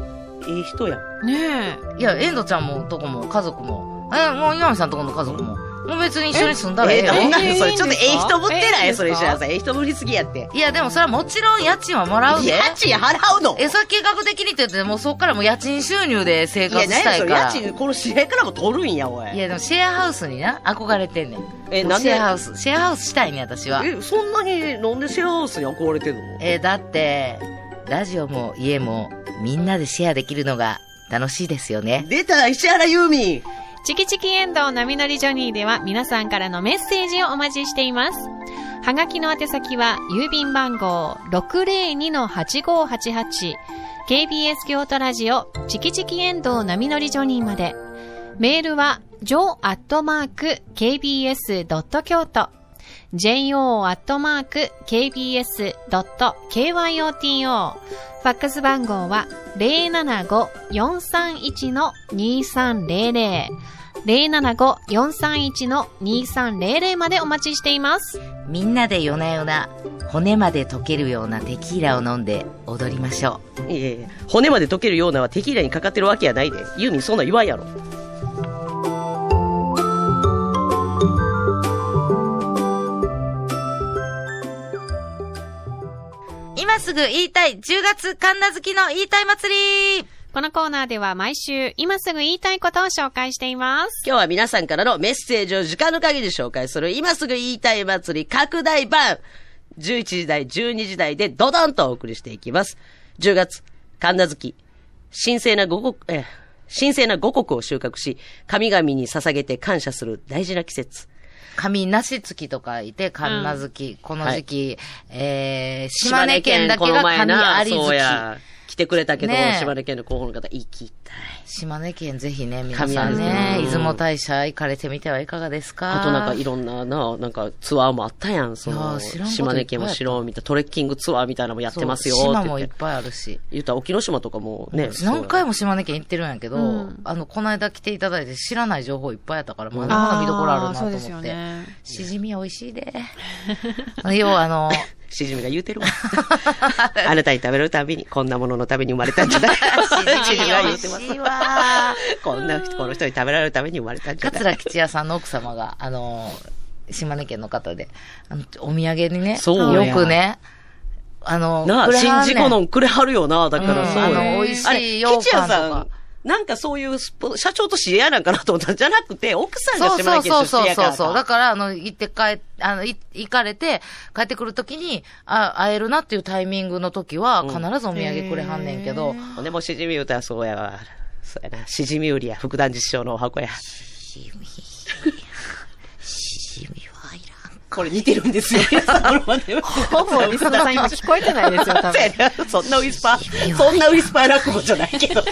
Speaker 3: いい人やん。
Speaker 6: ね
Speaker 4: いや、遠藤ちゃんもとこも家族も、え、もう今見さんとこの家族も、もう別に一緒に住んだらええ
Speaker 3: え
Speaker 4: よ
Speaker 3: ー、。なんなんそれ、ちょっとえ
Speaker 6: い
Speaker 3: え
Speaker 6: いんですか
Speaker 3: 人ぶってない
Speaker 6: えいいんです
Speaker 3: そ
Speaker 6: か
Speaker 3: れ、石原さん。ええ人ぶりすぎやって。
Speaker 4: いや、でもそれはもちろん家賃はもらうで。
Speaker 3: 家賃払うの
Speaker 4: え、さ計画的にって言って、もうそっからもう家賃収入で生
Speaker 3: い
Speaker 4: 活
Speaker 3: や、
Speaker 4: し
Speaker 3: 何や
Speaker 4: たい
Speaker 3: そ
Speaker 4: か
Speaker 3: れ、
Speaker 4: ら。
Speaker 3: 家賃、この知り合いからも取るんや、お
Speaker 4: い
Speaker 3: い。
Speaker 4: や、でもシェアハウスにな、憧れてんねん。
Speaker 3: えなんで
Speaker 4: シェアハウス、シェアハウスしたいねん、私は。
Speaker 3: え、そんなに、なんでシェアハウスに憧れてんの
Speaker 4: えーだって、ラジオも家もみんなでシェアできるのが楽しいですよね。
Speaker 3: 出た、石原ユーミン。
Speaker 6: チキチキエンドウ波乗りジョニーでは皆さんからのメッセージをお待ちしています。はがきの宛先は郵便番号 602-8588KBS 京都ラジオチキチキエンドウ波乗りジョニーまで。メールは jo.kbs.kyoto jo.kbs.kyoto ファックス番号は075-431-2300 075-431-2300までお待ちしています。
Speaker 4: みんなで夜な夜な骨まで溶けるようなテキーラを飲んで踊りましょう。
Speaker 3: いえいえ骨まで溶けるようなはテキーラにかかってるわけやないでユーミンそんなん言わんやろ
Speaker 1: 今すぐ言いたい !10 月神田好きの言いたい祭り
Speaker 6: このコーナーでは毎週今すぐ言いたいことを紹介しています。
Speaker 3: 今日は皆さんからのメッセージを時間の限り紹介する今すぐ言いたい祭り拡大版11時台、12時台でドドンとお送りしていきます。10月、神奈月、神聖な五穀、えー、神聖な五穀を収穫し、神々に捧げて感謝する大事な季節。
Speaker 4: 神なし月とかいて、神無月、この時期、えー、島
Speaker 3: 島
Speaker 4: 根
Speaker 3: 根
Speaker 4: 県
Speaker 3: 県
Speaker 4: だけが神あり
Speaker 3: そう
Speaker 4: 月
Speaker 3: や。来てくれたけど、
Speaker 4: ねえ
Speaker 3: 島根県の候補の方、行きたい。
Speaker 4: 島根県ぜひね、皆さん
Speaker 3: 神あ
Speaker 4: ね、
Speaker 3: り
Speaker 4: 出
Speaker 3: 月
Speaker 4: 雲大社行かれてみてはいかがですか
Speaker 3: あとなんかいろんなな、なんかツアーもあったやん。そ
Speaker 4: いやー
Speaker 3: の、
Speaker 4: 知らんこと
Speaker 3: 島根県も知ろうみたいな、トレッキングツアーみたいなのもやってますよって
Speaker 4: そう
Speaker 3: 言
Speaker 4: 島
Speaker 3: って。
Speaker 4: もいっぱいあるし。
Speaker 3: 言ったら沖ノ島とかもね。
Speaker 4: 何回
Speaker 3: も。
Speaker 4: も島根県行ってるんやけど、
Speaker 6: うん
Speaker 4: あの、この間来ていただいて知らない情報いっぱいあったから、まだまだ見どころあるなと
Speaker 6: そ
Speaker 4: 思
Speaker 6: う
Speaker 4: っ
Speaker 6: ですよ
Speaker 4: て。
Speaker 6: ね。
Speaker 4: しじみ美味しいで。要はあの、
Speaker 3: しじみが言うてるわ。あなたに食べるたびに、こんなもののために生まれたんじ ゃない
Speaker 4: しじみ美味しいわ。
Speaker 3: こんな人、この人に食べられるために生まれたんじゃな
Speaker 4: 桂
Speaker 3: い
Speaker 4: 吉也さんの奥様が、あの、島根県の方で、あのお土産にね、
Speaker 3: そうや
Speaker 4: よくね、あの、
Speaker 3: なあ、
Speaker 4: くれはんねん
Speaker 3: 新事故のくれはるよな、だか
Speaker 4: う
Speaker 3: ら
Speaker 4: ん
Speaker 3: そう
Speaker 4: あ
Speaker 3: よ。
Speaker 4: の、美味
Speaker 3: あ
Speaker 4: しい
Speaker 3: れ、
Speaker 4: 羊
Speaker 3: 吉
Speaker 4: 羹
Speaker 3: 谷
Speaker 4: と
Speaker 3: さ
Speaker 4: か
Speaker 3: ん。、なんかそういうスポ、社長と知り合いなんかなと思ったら、じゃなくて、奥さんが
Speaker 4: そう
Speaker 3: 島
Speaker 4: そう
Speaker 3: 根県
Speaker 4: そう
Speaker 3: 出
Speaker 4: そ
Speaker 3: 身
Speaker 4: う
Speaker 3: やから
Speaker 4: そう
Speaker 3: か。
Speaker 4: そう。だから、あの、行って帰、あの、い行かれて、帰ってくるときに、あ、会えるなっていうタイミングの時は、
Speaker 3: うん
Speaker 4: 必ずお土産くれはんねんけど、
Speaker 3: ほんでもうしじみ言うたらそうやわ。そうやな。しじみ売りや、副団実証のお箱や。
Speaker 4: しじみはいらん。
Speaker 3: これ似てるんですよ。ほ
Speaker 6: ほぼ、リスナーさん今聞こえてない ですよ、多分。
Speaker 3: そんなウィスパー、そんなウィスパー落語じゃないけど、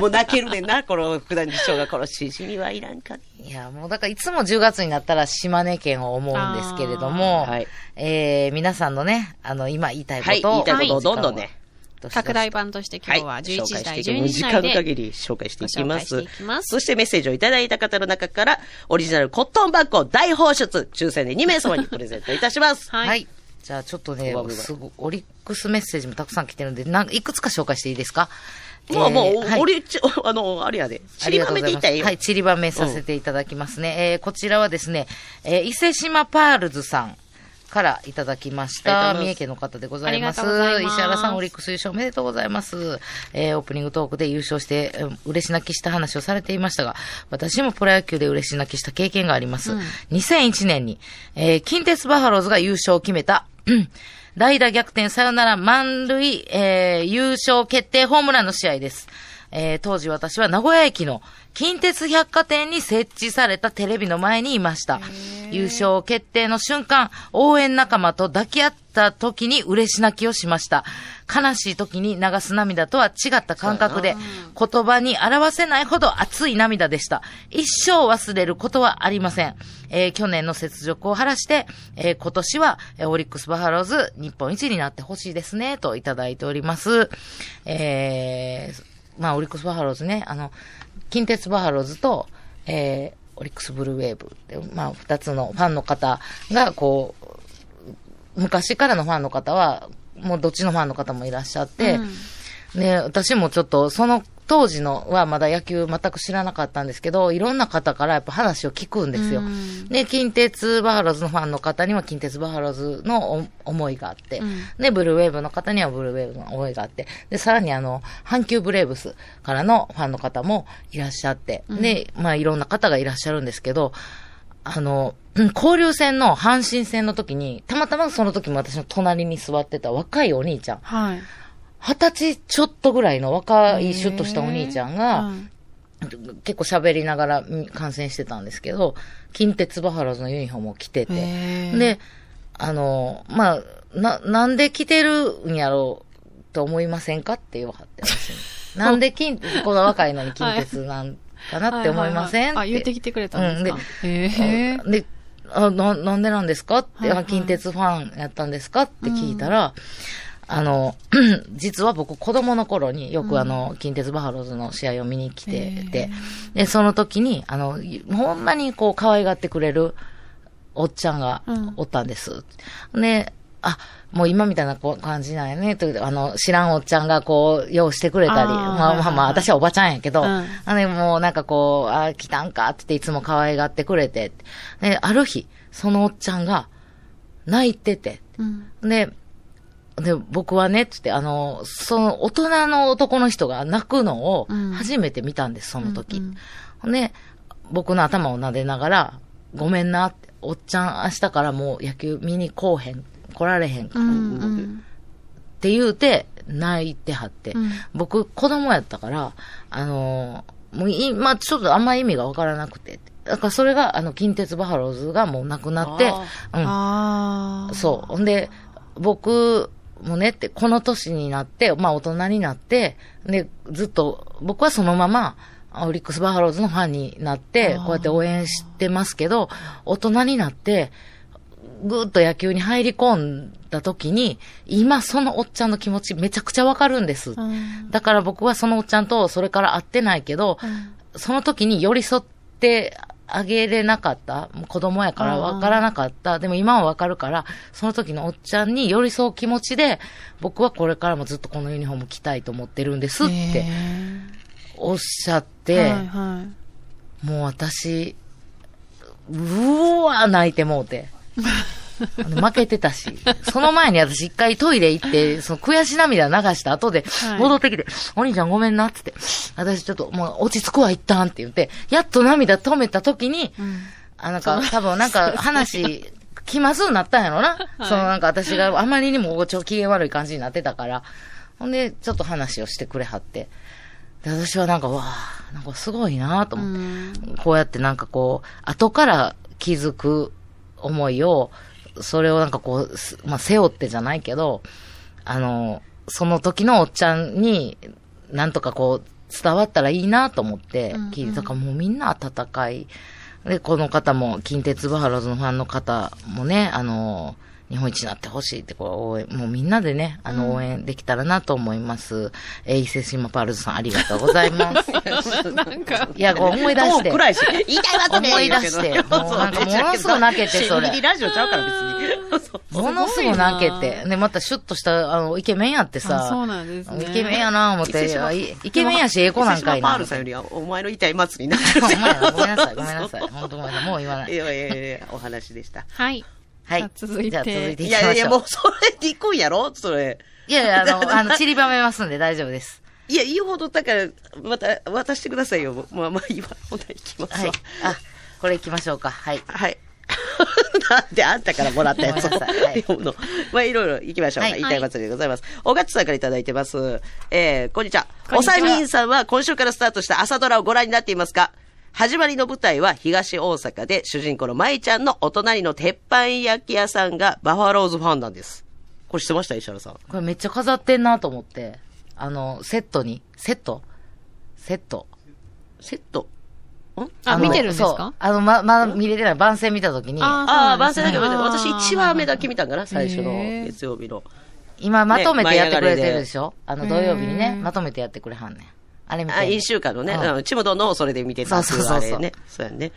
Speaker 3: もう泣けるねんな、この福田次長が、このしじみはいらんかね。
Speaker 4: いや、もうだから、いつも10月になったら島根県を思うんですけれども、
Speaker 3: あーはい
Speaker 4: えー、皆さんのね、あの、今言いたいこ
Speaker 3: はい、
Speaker 4: とを、
Speaker 3: 言いたいことをどんどんね、
Speaker 4: どしどし
Speaker 6: 拡大版として今日は
Speaker 3: はい、
Speaker 6: 11
Speaker 3: 紹
Speaker 6: 時
Speaker 3: 介して
Speaker 6: 台、
Speaker 3: いきます
Speaker 6: 12時
Speaker 3: も
Speaker 6: 台
Speaker 3: う時間の限
Speaker 6: で。
Speaker 3: り紹介していきま
Speaker 6: ご紹
Speaker 3: す。
Speaker 6: 介していきます
Speaker 3: そしてメッセージをいただいた方の中から、オリジナルコットンバッグを大放出、抽選で2名様にプレゼントいたします。
Speaker 6: は い。
Speaker 4: はい。じゃあちょっとね
Speaker 3: うわう、わ
Speaker 4: すごいオリックスメッセージもたくさん来てるんで、なんかいくつか紹介していいですか
Speaker 3: もう、もう、
Speaker 4: はい
Speaker 3: 俺、ちょあの、あれやで、散りばめていったらいいよ。
Speaker 4: はい、散りばめさせていただきますね。えーこちらはですね、えー伊勢島パールズさん。からいただきまし
Speaker 3: あ
Speaker 4: た。
Speaker 3: りがとうございます
Speaker 4: 三重県の方でございます。
Speaker 6: ありがとうございます
Speaker 4: 石原さん、オリックス優勝おめでとうございます。えーオープニングトークで優勝して、うん嬉し泣きした話をされていましたが、私もプロ野球で嬉し泣きした経験があります。2001年に、えー近鉄バファローズが優勝を決めた、うん代打逆転さよなら満塁、えー優勝決定ホームランの試合です。えー当時私は名古屋駅の近鉄百貨店に設置されたテレビの前にいました。優勝決定の瞬間、応援仲間と抱き合った時に嬉し泣きをしました。悲しい時に流す涙とは違った感覚で、言葉に表せないほど熱い涙でした。一生忘れることはありません。えー去年の雪辱を晴らして、えー今年は、えーオリックスバファローズ日本一になってほしいですね、といただいております。えーまあ、オリックスバファローズね、あの、近鉄バファローズと、えーオリックスブルーウェーブで、まあ、二つのファンの方が、こう、昔からのファンの方は、もうどっちのファンの方もいらっしゃって、ね、私もちょっと、その当時のはまだ野球全く知らなかったんですけど、いろんな方からやっぱ話を聞くんですよ。で、近鉄バファローズのファンの方には近鉄バファローズのお思いがあって、で、ブルーウェーブの方にはブルーウェーブの思いがあって、で、さらにあの、阪急ブレーブスからのファンの方もいらっしゃって、で、まあいろんな方がいらっしゃるんですけど、あの、うん交流戦の阪神戦の時に、たまたまその時も私の隣に座ってた若いお兄ちゃん、
Speaker 6: はい。
Speaker 4: 二十歳ちょっとぐらいの若いシュッとしたお兄ちゃんが、結構喋りながらうん観戦してたんですけど、近鉄バファローズのユニフォームを着てて、で、あの、まあ、な、なんで着てるんやろうと思いませんかって言わはって私に なんで近、この若いのに近鉄なんかなって思いませんって。
Speaker 6: あ、言ってきてくれたんですか。へー
Speaker 4: うんで、あな、なんでなんですかって、
Speaker 6: はいはい
Speaker 4: あ近鉄ファンやったんですかって聞いたら、あの、 実は僕子供の頃によくあの、近鉄バファローズの試合を見に来てて、で、その時に、あの、ほんまにこう可愛がってくれるおっちゃんが
Speaker 6: うん
Speaker 4: おったんです。で、あ、もう今みたいなこう感じなんやね、とあの、知らんおっちゃんがこう、用意してくれたり、
Speaker 6: あー
Speaker 4: まあまあまあ、私はおばちゃんやけど、
Speaker 6: うん
Speaker 4: あのね、もうなんかこう、あー、来たんかって言っていつも可愛がってくれて。で、ある日、そのおっちゃんが、泣いてて。
Speaker 6: うん
Speaker 4: で、で、僕はね、つって、あの、その、大人の男の人が泣くのを
Speaker 6: うん、
Speaker 4: 初めて見たんです、その時。
Speaker 6: うん
Speaker 4: で、僕の頭を撫でながら、ごめんなって、おっちゃん明日からもう野球見に来おへん、来られへんか
Speaker 6: う
Speaker 4: ら、っ
Speaker 6: んうん
Speaker 4: て言うて、泣いてはって。
Speaker 6: うん
Speaker 4: 僕、子供やったから、あのーもう今、まあちょっとあんま意味がわからなくて。だからそれが、あの、近鉄バファローズがもうなくなって、う
Speaker 6: あ
Speaker 4: ん。
Speaker 6: あ。
Speaker 4: そう。ほんで、僕もねって、この年になって、まあ大人になって、で、ずっと、僕はそのまま、オリックスバファローズのファンになって、こうやって応援してますけど、大人になって、ぐーっと野球に入り込んだ時に、今そのおっちゃんの気持ちめちゃくちゃわかるんです。
Speaker 6: うん。
Speaker 4: だから僕はそのおっちゃんとそれから会ってないけど、その時に寄り添ってあげれなかった。もう子供やから分からなかった。でも今は分かるから、その時のおっちゃんに寄り添う気持ちで、僕はこれからもずっとこのユニフォーム着たいと思ってるんですっ
Speaker 6: へ
Speaker 4: ておっしゃっ
Speaker 6: ー
Speaker 4: て、
Speaker 6: はいはい。
Speaker 4: もう私、うーわー泣いてもうて。あの負けてたし。その前に私一回トイレ行って、その悔し涙流した後で
Speaker 6: はい
Speaker 4: 戻ってきて、お兄ちゃんごめんなってって、私ちょっともう落ち着くわ一旦って言って、やっと涙止めた時に、あ、なんか多分なんか話、気まずになったんやろな。そのなんか私があまりにもこうちょ機嫌悪い感じになってたから。ほんで、ちょっと話をしてくれはって。で、私はなんか、わあなんかすごいなと思って。こうやってなんかこう、後から気づく思いを、それをなんかこう、すまあ、背負ってじゃないけど、あの、その時のおっちゃんに、なんとかこう、伝わったらいいなと思って聞いて、だからもうみんな温かい。で、この方も、近鉄バファローズのファンの方もね、あの、日本一になってほしいって、こう、応援、もうみんなでね、あの、応援できたらなと思います。えー伊勢島パールズさんありがとうござい ます。
Speaker 6: なんか、
Speaker 4: いや、こう思い出して。
Speaker 3: もう暗いし。言いたいわとね
Speaker 4: 思い出 して
Speaker 3: 言うけど
Speaker 4: もうなんかものすごい泣けてそれ
Speaker 3: ビリビリラジオちゃうから別に。
Speaker 4: ものすごい泣けて。で、またシュッとした、あの、イケメンやって
Speaker 6: あそう
Speaker 4: さ。
Speaker 6: なんですね。
Speaker 4: イケメンやな思っ
Speaker 3: 伊勢
Speaker 4: て。
Speaker 3: 島
Speaker 4: あいイケメンやし、ええ子なんかい
Speaker 3: パ
Speaker 4: な。
Speaker 3: ールさんよりは、お前の痛い祭りになって
Speaker 4: ほんまや
Speaker 3: る。
Speaker 4: なごめんなさ い、ごめんなさい。本当ごめんなさい。もう言わないい。
Speaker 3: やいやいや、お話でした。
Speaker 6: はい。
Speaker 4: は
Speaker 6: じゃ
Speaker 4: い
Speaker 6: あ。続いて
Speaker 4: じゃあ続いて
Speaker 3: い
Speaker 4: いきましょ
Speaker 3: や
Speaker 4: う。
Speaker 3: い
Speaker 4: い
Speaker 3: や、もうそれで行くんやろそれ。
Speaker 4: やいや、あの、あの、散りばめますんで大丈夫です。
Speaker 3: いや、いいほど、だから、また、渡してくださいよ。まあまあ、今、ほな行きます
Speaker 4: はい
Speaker 3: わ。。
Speaker 4: あ、これ行きましょうか。はい。
Speaker 3: はい。 なんであんたからもらったやつを
Speaker 4: ごめんなさいはい
Speaker 3: 読むの。 まあ、いろいろ行きましょうか。
Speaker 4: はい
Speaker 3: 言いたい祭りでございます。おがつさんからいただいてます。えー、こんにちは。
Speaker 6: こん
Speaker 3: お
Speaker 6: にちは
Speaker 3: さみんさんは今週からスタートした朝ドラをご覧になっていますか始まりの舞台は東大阪で主人公の舞ちゃんのお隣の鉄板焼き屋さんがバファローズファンなんです。これ知ってました石原さん。
Speaker 4: これめっちゃ飾ってんなと思って。あの、セットに。セットセット。
Speaker 3: セット。ん
Speaker 6: あ、
Speaker 4: の
Speaker 6: 見てるんです
Speaker 4: そう
Speaker 6: か
Speaker 4: あの、ま、まだ見れてない。番宣見たときに、
Speaker 3: ああ、
Speaker 6: そうなん
Speaker 3: 番
Speaker 6: です
Speaker 3: 宣
Speaker 6: ね
Speaker 3: だけど、私1話目だけ見たんかな、
Speaker 6: ー
Speaker 3: 最初の月曜日の。
Speaker 4: 今まとめてやってくれてるでしょ、あの
Speaker 6: 舞い
Speaker 4: 土
Speaker 6: 上が
Speaker 4: 曜
Speaker 6: りで
Speaker 4: 日にね、まとめてやってくれはんねん。あれみた
Speaker 3: あ、
Speaker 4: い
Speaker 3: 一週間のね、
Speaker 4: うん
Speaker 3: うん、ちむどんのをそれで見てたって
Speaker 4: そ
Speaker 3: い
Speaker 4: ううそ
Speaker 3: あ
Speaker 4: うそう
Speaker 3: れ
Speaker 4: そう
Speaker 3: ね。そうやね。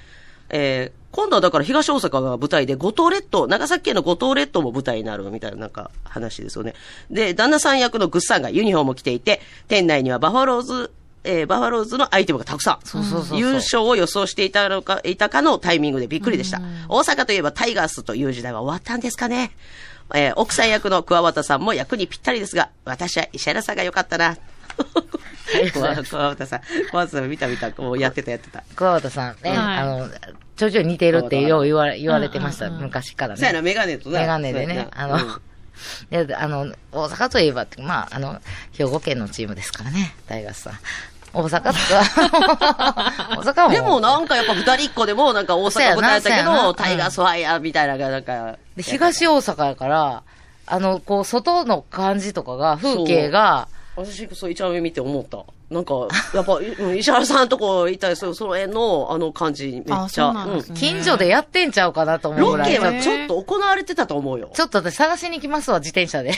Speaker 3: えー、今度はだから東大阪が舞台で、五島列島、長崎県の五島列島も舞台になるみたいななんか話ですよね。で、旦那さん役のグッさんがユニフォームを着ていて、店内にはバファローズ、えーバファローズのアイテムがたくさん。
Speaker 4: そうそうそうそう
Speaker 3: 優勝を予想していたのか、いたかのタイミングでびっくりでした。大阪といえばタイガースという時代は終わったんですかね。えー奥さん役の桑畑さんも役にぴったりですが、私は石原さんが良かったな。 桑畑さん、桑畑さん見た見た、もうやってたやってた。
Speaker 4: 桑畑さんね、
Speaker 6: はい
Speaker 4: あの、ちょいちょい似てるってよう言われ言われてました、昔から
Speaker 3: そうやな、
Speaker 4: ね。
Speaker 3: メガネとな。
Speaker 4: メガネで
Speaker 3: そうや
Speaker 4: ね、
Speaker 3: な
Speaker 4: あ
Speaker 3: う
Speaker 4: の
Speaker 3: ん、
Speaker 4: で、あの、大阪といえばって、まあ、あの、兵庫県のチームですからね、大学さん。大阪 とか。大阪はもう
Speaker 3: で もなんかやっぱ二人っ子でもなんか大阪答えた
Speaker 4: そう
Speaker 3: け
Speaker 4: やなそうやな
Speaker 3: ど、タイガースファイヤーみたいなのがなんか。
Speaker 4: で、東大阪やから、あの、こう、外の感じとかが、風景が、
Speaker 3: 私、そう、一番目見て思った。なんか、やっぱ、うん石原さんとこいたりする、その辺の、あの感じ、めっ
Speaker 6: あ
Speaker 3: ちゃ。
Speaker 6: そうなんですね
Speaker 4: 近所でやってんちゃうかなと
Speaker 3: う
Speaker 4: 思
Speaker 3: ん
Speaker 4: うぐ
Speaker 3: ロ
Speaker 4: らい。
Speaker 3: ケ
Speaker 4: ちょ
Speaker 3: はちょっと行われてたと思うよ。
Speaker 4: っと私探しに行きますわ、自転車で。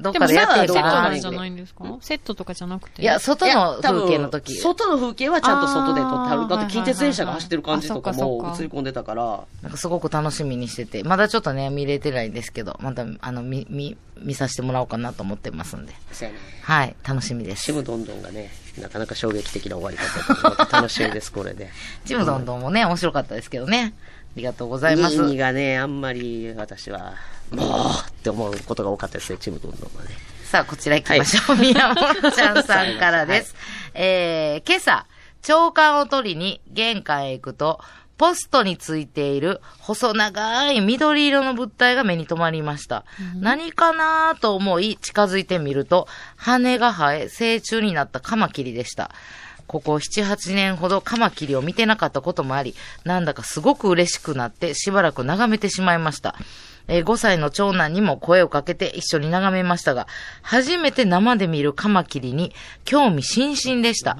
Speaker 4: どっ
Speaker 6: でも
Speaker 4: かで
Speaker 6: セ
Speaker 4: や
Speaker 6: ッ
Speaker 4: ってる
Speaker 6: トセ
Speaker 4: か
Speaker 6: ットな
Speaker 4: な。
Speaker 6: ん
Speaker 4: い
Speaker 6: じゃないんですかセットとかじゃなくて。
Speaker 4: や、外の
Speaker 3: いや多分
Speaker 4: 風景の時。
Speaker 3: 外の風景はちゃんと外で撮ってあ
Speaker 6: あ
Speaker 3: る。
Speaker 6: ー
Speaker 3: だって近鉄電車が走ってる感じとか
Speaker 6: はいはいはいはい
Speaker 3: も
Speaker 6: あそっかそっか
Speaker 3: 映り込んでたから。
Speaker 4: なんかすごく楽しみにしてて、まだちょっとね、見れてないんですけど、また、あの、見、見、見させてもらおうかなと思ってますんで。
Speaker 3: そうやね。
Speaker 4: はい、楽しみです
Speaker 3: ち。むどんどんがね、なかなか衝撃的な終わり方だと思って楽しみ です、これで。
Speaker 4: ちむどんどんもね、面白かったですけどね。ありがとうございます。
Speaker 3: 意味がね、あんまり私は、もうって思うことが多かったですね、ちむどんどんはね。
Speaker 4: さあ、こちら行きましょう。宮本ちゃんさんからです。えー、今朝、長官を取りに玄関へ行くと、ポストについている細長い緑色の物体が目に留まりました。何かなと思い近づいてみると、羽が生え、成虫になったカマキリでした。ここ7、8年ほどカマキリを見てなかったこともあり、なんだかすごく嬉しくなってしばらく眺めてしまいました。えー5歳の長男にも声をかけて一緒に眺めましたが、初めて生で見るカマキリに興味津々でした。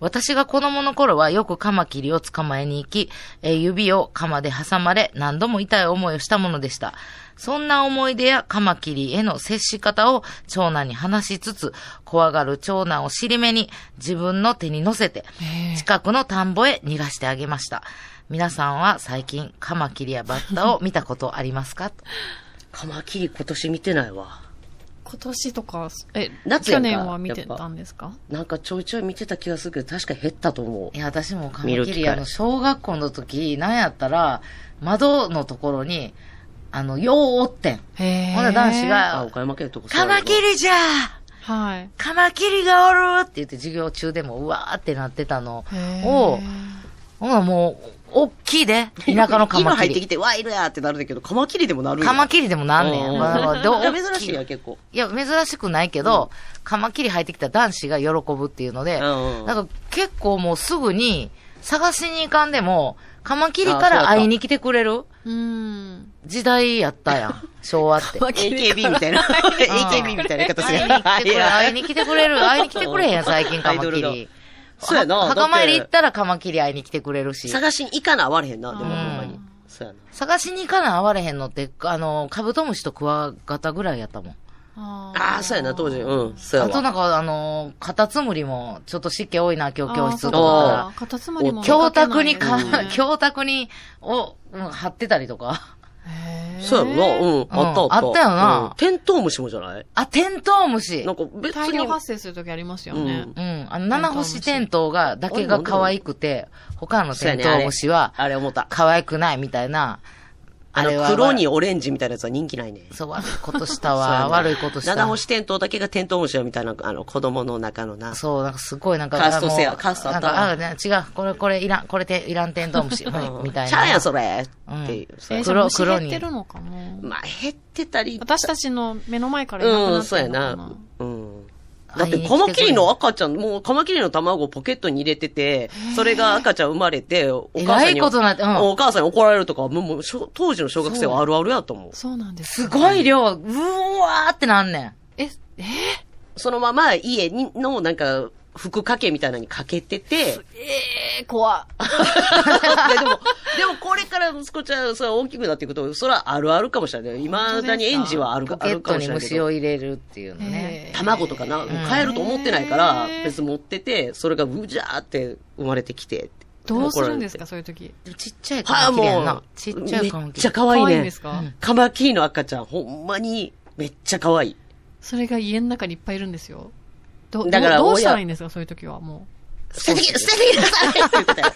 Speaker 4: 私が子供の頃はよくカマキリを捕まえに行き、えー指を鎌で挟まれ何度も痛い思いをしたものでした。そんな思い出やカマキリへの接し方を長男に話しつつ、怖がる長男を尻目に自分の手に乗せて、近くの田んぼへ逃がしてあげました。皆さんは最近カマキリやバッタを見たことありますか
Speaker 3: カマキリ今年見てないわ。
Speaker 6: 今年とか、え、
Speaker 3: 夏や
Speaker 6: 去
Speaker 3: んか
Speaker 6: 年は見てたんですか
Speaker 3: なんかちょいちょい見てた気がするけど、確か減ったと思
Speaker 4: いや、私もカマ
Speaker 3: 見る
Speaker 4: キ
Speaker 3: 機
Speaker 4: リ、
Speaker 3: 会
Speaker 4: あの、小学校の時、なんやったら、窓のところに、あの、ようおってん。
Speaker 6: へ
Speaker 4: ほんな男子
Speaker 3: う。あ、
Speaker 4: が、
Speaker 3: 岡山県のとこそう
Speaker 4: カ
Speaker 3: やわ
Speaker 4: マキリじゃ
Speaker 6: はい。
Speaker 4: カマキリがおるって言って授業中でもうわーってなってたのを、ほなもう、おっきいで、田舎のカ
Speaker 3: 今
Speaker 4: マ
Speaker 3: 入
Speaker 4: キ
Speaker 3: って
Speaker 4: リ。
Speaker 3: きて、わ、いるやってなるんだけど、カマキリでもなる
Speaker 4: カマ
Speaker 3: キ
Speaker 4: キリでもなんねん。
Speaker 3: うん
Speaker 4: まあまあどう
Speaker 3: 珍しいや、結構。
Speaker 4: いや、珍しくないけど、カマキリ入ってきた男子が喜ぶっていうので、
Speaker 3: うんうん
Speaker 4: なんか結構もうすぐに探しに行かんでも、カマキリから会いに来てくれる
Speaker 6: うん。
Speaker 4: 時代やったやん、昭和 って。
Speaker 3: AKB みたいな。AKB みたいな形
Speaker 4: 会い
Speaker 3: で
Speaker 4: に。来てくれ、会い
Speaker 3: いや
Speaker 4: に来てくれる、会いに来てくれへんやん、最 近カマ
Speaker 3: アイ
Speaker 4: キ
Speaker 3: ドル
Speaker 4: リ。
Speaker 3: そうやな。
Speaker 4: は墓参り
Speaker 3: だ
Speaker 4: 行
Speaker 3: っ
Speaker 4: ってたらカマキリ会いに来てくれるし。
Speaker 3: 探しに行かな、あわれへんな、でも、
Speaker 4: う
Speaker 3: ほ
Speaker 4: ん
Speaker 3: んまに。そうやな。
Speaker 4: 探しに行かな会われへんのって、あの、カブトムシとクワガタぐらいやったもん。
Speaker 6: あー
Speaker 3: ああ、そうやな、当時。うん、そうや
Speaker 4: あ
Speaker 3: わ。
Speaker 4: となんか、あの、カタツムリも、ちょっと湿気多いな、今日教室と
Speaker 6: あーそう
Speaker 4: かから
Speaker 6: か。カタツムリも見
Speaker 4: 教
Speaker 6: かけな
Speaker 4: 託
Speaker 6: い
Speaker 4: に
Speaker 6: ですね。
Speaker 4: か、 教託に、を、うん貼ってたりとか。
Speaker 6: へー
Speaker 3: そうやろな、うん、あったあった。
Speaker 4: あったよな
Speaker 3: うんテントウムシもじゃない
Speaker 4: あ、テントウムシ
Speaker 3: なん。か別
Speaker 6: 大
Speaker 3: に
Speaker 6: 量。発生するときありますよね。
Speaker 3: うん
Speaker 4: うん。あの、七星テントウが、だけが可愛くて、他の
Speaker 3: そう
Speaker 4: テ
Speaker 3: や
Speaker 4: ン
Speaker 3: ね
Speaker 4: トウムシは、
Speaker 3: あれ思った。
Speaker 4: 可愛くないみたいな。
Speaker 3: あ
Speaker 4: れ
Speaker 3: の、
Speaker 4: は
Speaker 3: 黒にオレンジみたいなやつは人気ないね。
Speaker 4: そう、悪いことした
Speaker 3: そうや
Speaker 4: わ。
Speaker 3: ね
Speaker 4: 悪いことした。
Speaker 3: 七星テントウだけがテントウムシやみたいな、あの、子供の中のな。
Speaker 4: そう、なんかすごい、なんか。
Speaker 3: カースト制や
Speaker 4: あの
Speaker 3: カーストあった
Speaker 4: なんか、あ、ね、違う、これ、これ、いらん、これて、いらんテントウム シ、はいみたいな。
Speaker 3: ちゃうやん、それっていう。
Speaker 6: え
Speaker 3: そう
Speaker 6: ー、
Speaker 3: や
Speaker 6: じゃあ
Speaker 4: 黒
Speaker 6: 虫
Speaker 4: 黒
Speaker 6: 減
Speaker 4: に
Speaker 6: ってるのかな
Speaker 3: まあ、減ってたり。
Speaker 6: 私たちの目の前からいなく
Speaker 3: う、
Speaker 6: なんって
Speaker 3: そうや
Speaker 6: るのかな
Speaker 3: な。うん。だって、カマキリの赤ちゃん、もうカマキリの卵をポケットに入れてて、それが赤ちゃん生まれて、お
Speaker 4: え
Speaker 3: 母
Speaker 4: ら
Speaker 3: さん
Speaker 4: い
Speaker 3: に、
Speaker 4: ことなって、うん。
Speaker 3: お母さんに怒られるとか、もうもう、しょ当時の小学生はあるあるやと思う。
Speaker 6: そうなんです。
Speaker 4: すごい量、うわーってなんねん。
Speaker 6: え、えー
Speaker 3: そのまま家にの、なんか、服掛けみたいなのにかけてて、
Speaker 6: えー、怖っ。
Speaker 3: ででも、 でもこれから息子ちゃん、それは大きくなっていくと、それはあるあるかもしれない。未
Speaker 6: 本当ですか
Speaker 3: だに園児はある
Speaker 4: ポ
Speaker 3: か、
Speaker 4: ケッ
Speaker 3: ある
Speaker 4: ト
Speaker 3: かも
Speaker 4: に
Speaker 3: しれないけ
Speaker 4: 虫
Speaker 3: ど
Speaker 4: を。入れるっていうのね。
Speaker 3: 卵とかな、買えると思ってないから、別に持ってて、それがうじゃーって生まれてきて。
Speaker 6: どうするんですか、
Speaker 3: 怒
Speaker 6: そういう時。
Speaker 4: でもちっちゃい
Speaker 3: られては
Speaker 4: カ
Speaker 3: あ、
Speaker 4: マキリや
Speaker 3: も
Speaker 4: んな
Speaker 3: う。、
Speaker 4: ちっちゃいカマ
Speaker 3: めっ
Speaker 4: キ
Speaker 3: ち
Speaker 4: リ
Speaker 3: ゃ。可愛い
Speaker 6: 可愛いん
Speaker 3: ね
Speaker 6: です。か
Speaker 3: カマキリの赤ちゃん、ほんまに、めっちゃ可愛い。
Speaker 6: それが家の中にいっぱいいるんですよ。ど、
Speaker 3: だから
Speaker 6: どうどう
Speaker 3: 親
Speaker 6: したらいいんですか、そういう時は。も
Speaker 3: 捨ててき、捨ててきなさいって言ってたよ。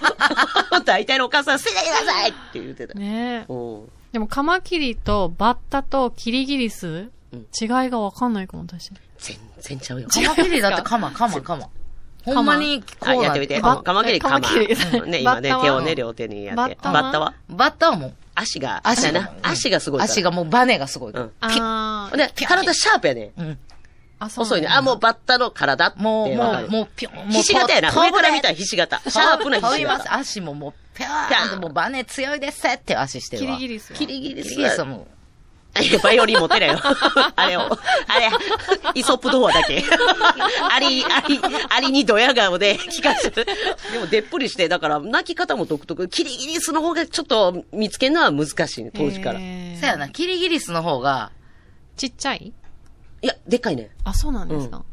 Speaker 3: 大体のお母さん、捨ててきなさいって言ってた
Speaker 6: う。。ねえ。
Speaker 3: うん。
Speaker 6: でも、カマキリとバッタとキリギリス、
Speaker 3: うん
Speaker 6: 違いがわかんないかも、私。
Speaker 3: 全然ちゃうよ。
Speaker 4: カマキリだってカマ、カマ、カマ。
Speaker 6: マ
Speaker 4: ほんまに、こ
Speaker 3: あ、
Speaker 4: うな
Speaker 3: やっ
Speaker 4: ん
Speaker 3: てみて。
Speaker 6: バッ
Speaker 3: カマキリ、カ
Speaker 6: カ
Speaker 3: マ。
Speaker 6: マキリ
Speaker 3: ね、今ね
Speaker 6: バッタ、は
Speaker 3: 手をね、両手にやって。
Speaker 6: バッタ
Speaker 3: バ
Speaker 6: は
Speaker 3: ッタは
Speaker 4: バッタはもう、
Speaker 3: 足が、
Speaker 4: 足
Speaker 3: やな
Speaker 4: が、
Speaker 3: 足がすごいから。
Speaker 4: 足がもうバネがすごい。
Speaker 3: うん。
Speaker 6: あ
Speaker 3: で、体シャープやね。
Speaker 4: うん。
Speaker 5: あ、そうなんだ
Speaker 3: 細いね。あ、もうバッタの体って
Speaker 4: もう、
Speaker 3: わ
Speaker 4: も
Speaker 3: かる
Speaker 4: う、もう、ぴょん、もう、
Speaker 3: ひし形やな。
Speaker 4: 飛ぶ
Speaker 3: 上から見たらひし形。シャープなひ
Speaker 4: 飛
Speaker 3: し
Speaker 4: びます。
Speaker 3: 形。
Speaker 4: 足ももう、ぴょーんと、もうバネ強いですって足してる
Speaker 6: キ
Speaker 4: わ。
Speaker 6: リギリスは。
Speaker 3: キリギリ
Speaker 4: キ
Speaker 3: ス
Speaker 4: リギリスはもう。
Speaker 3: いやバイオリン持ってない よ。あれを。あれ、イソップ童話だ け。あり、あり、ありにドヤ顔で聞かせる。でも、でっぷりして、だから、泣き方も独特。キリギリスの方がちょっと見つけるのは難しいね、当時から。い
Speaker 6: へー
Speaker 4: そやな、キリギリスの方が、
Speaker 6: ちっちゃい
Speaker 3: や、でっかいね。
Speaker 6: あ、そうなんですか。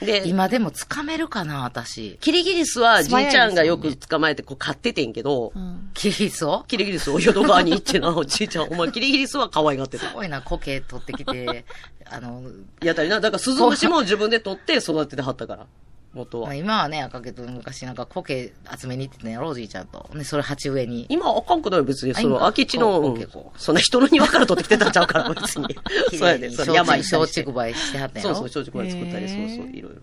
Speaker 3: で、
Speaker 4: 今でもつかめるかな、私。
Speaker 3: キリギリスはじいちゃんがよ
Speaker 6: 素早いですよ
Speaker 3: く捕まえてこう飼っててんけど、
Speaker 6: うん。
Speaker 4: キリギリスを
Speaker 3: キリギリスを淀川に行ってな、おじいちゃん、お 前キリギリスは可愛がってた
Speaker 4: す。ごいな、苔取ってき て、あの、
Speaker 3: やったりな。だから、鈴虫も自分で取って育ててはったから、元
Speaker 4: まあ
Speaker 3: は。
Speaker 4: 今はね、赤毛と昔なんか苔集めに行ってたんやろ、おじいちゃんと。ね、それ鉢植えに。
Speaker 3: 今はあかんくない別に、その
Speaker 4: あ
Speaker 3: 空き地の、
Speaker 4: 今
Speaker 3: う
Speaker 4: 結
Speaker 3: ん
Speaker 4: 構
Speaker 3: そんな人の庭から取ってきてたんちゃうから、別に。 そうやね、その山にしたりして
Speaker 4: 松竹梅してはったんや
Speaker 3: そう
Speaker 4: ろ。
Speaker 3: そう、松竹梅作ったり、
Speaker 6: へ
Speaker 3: そう
Speaker 6: ー
Speaker 3: そう、いろいろ。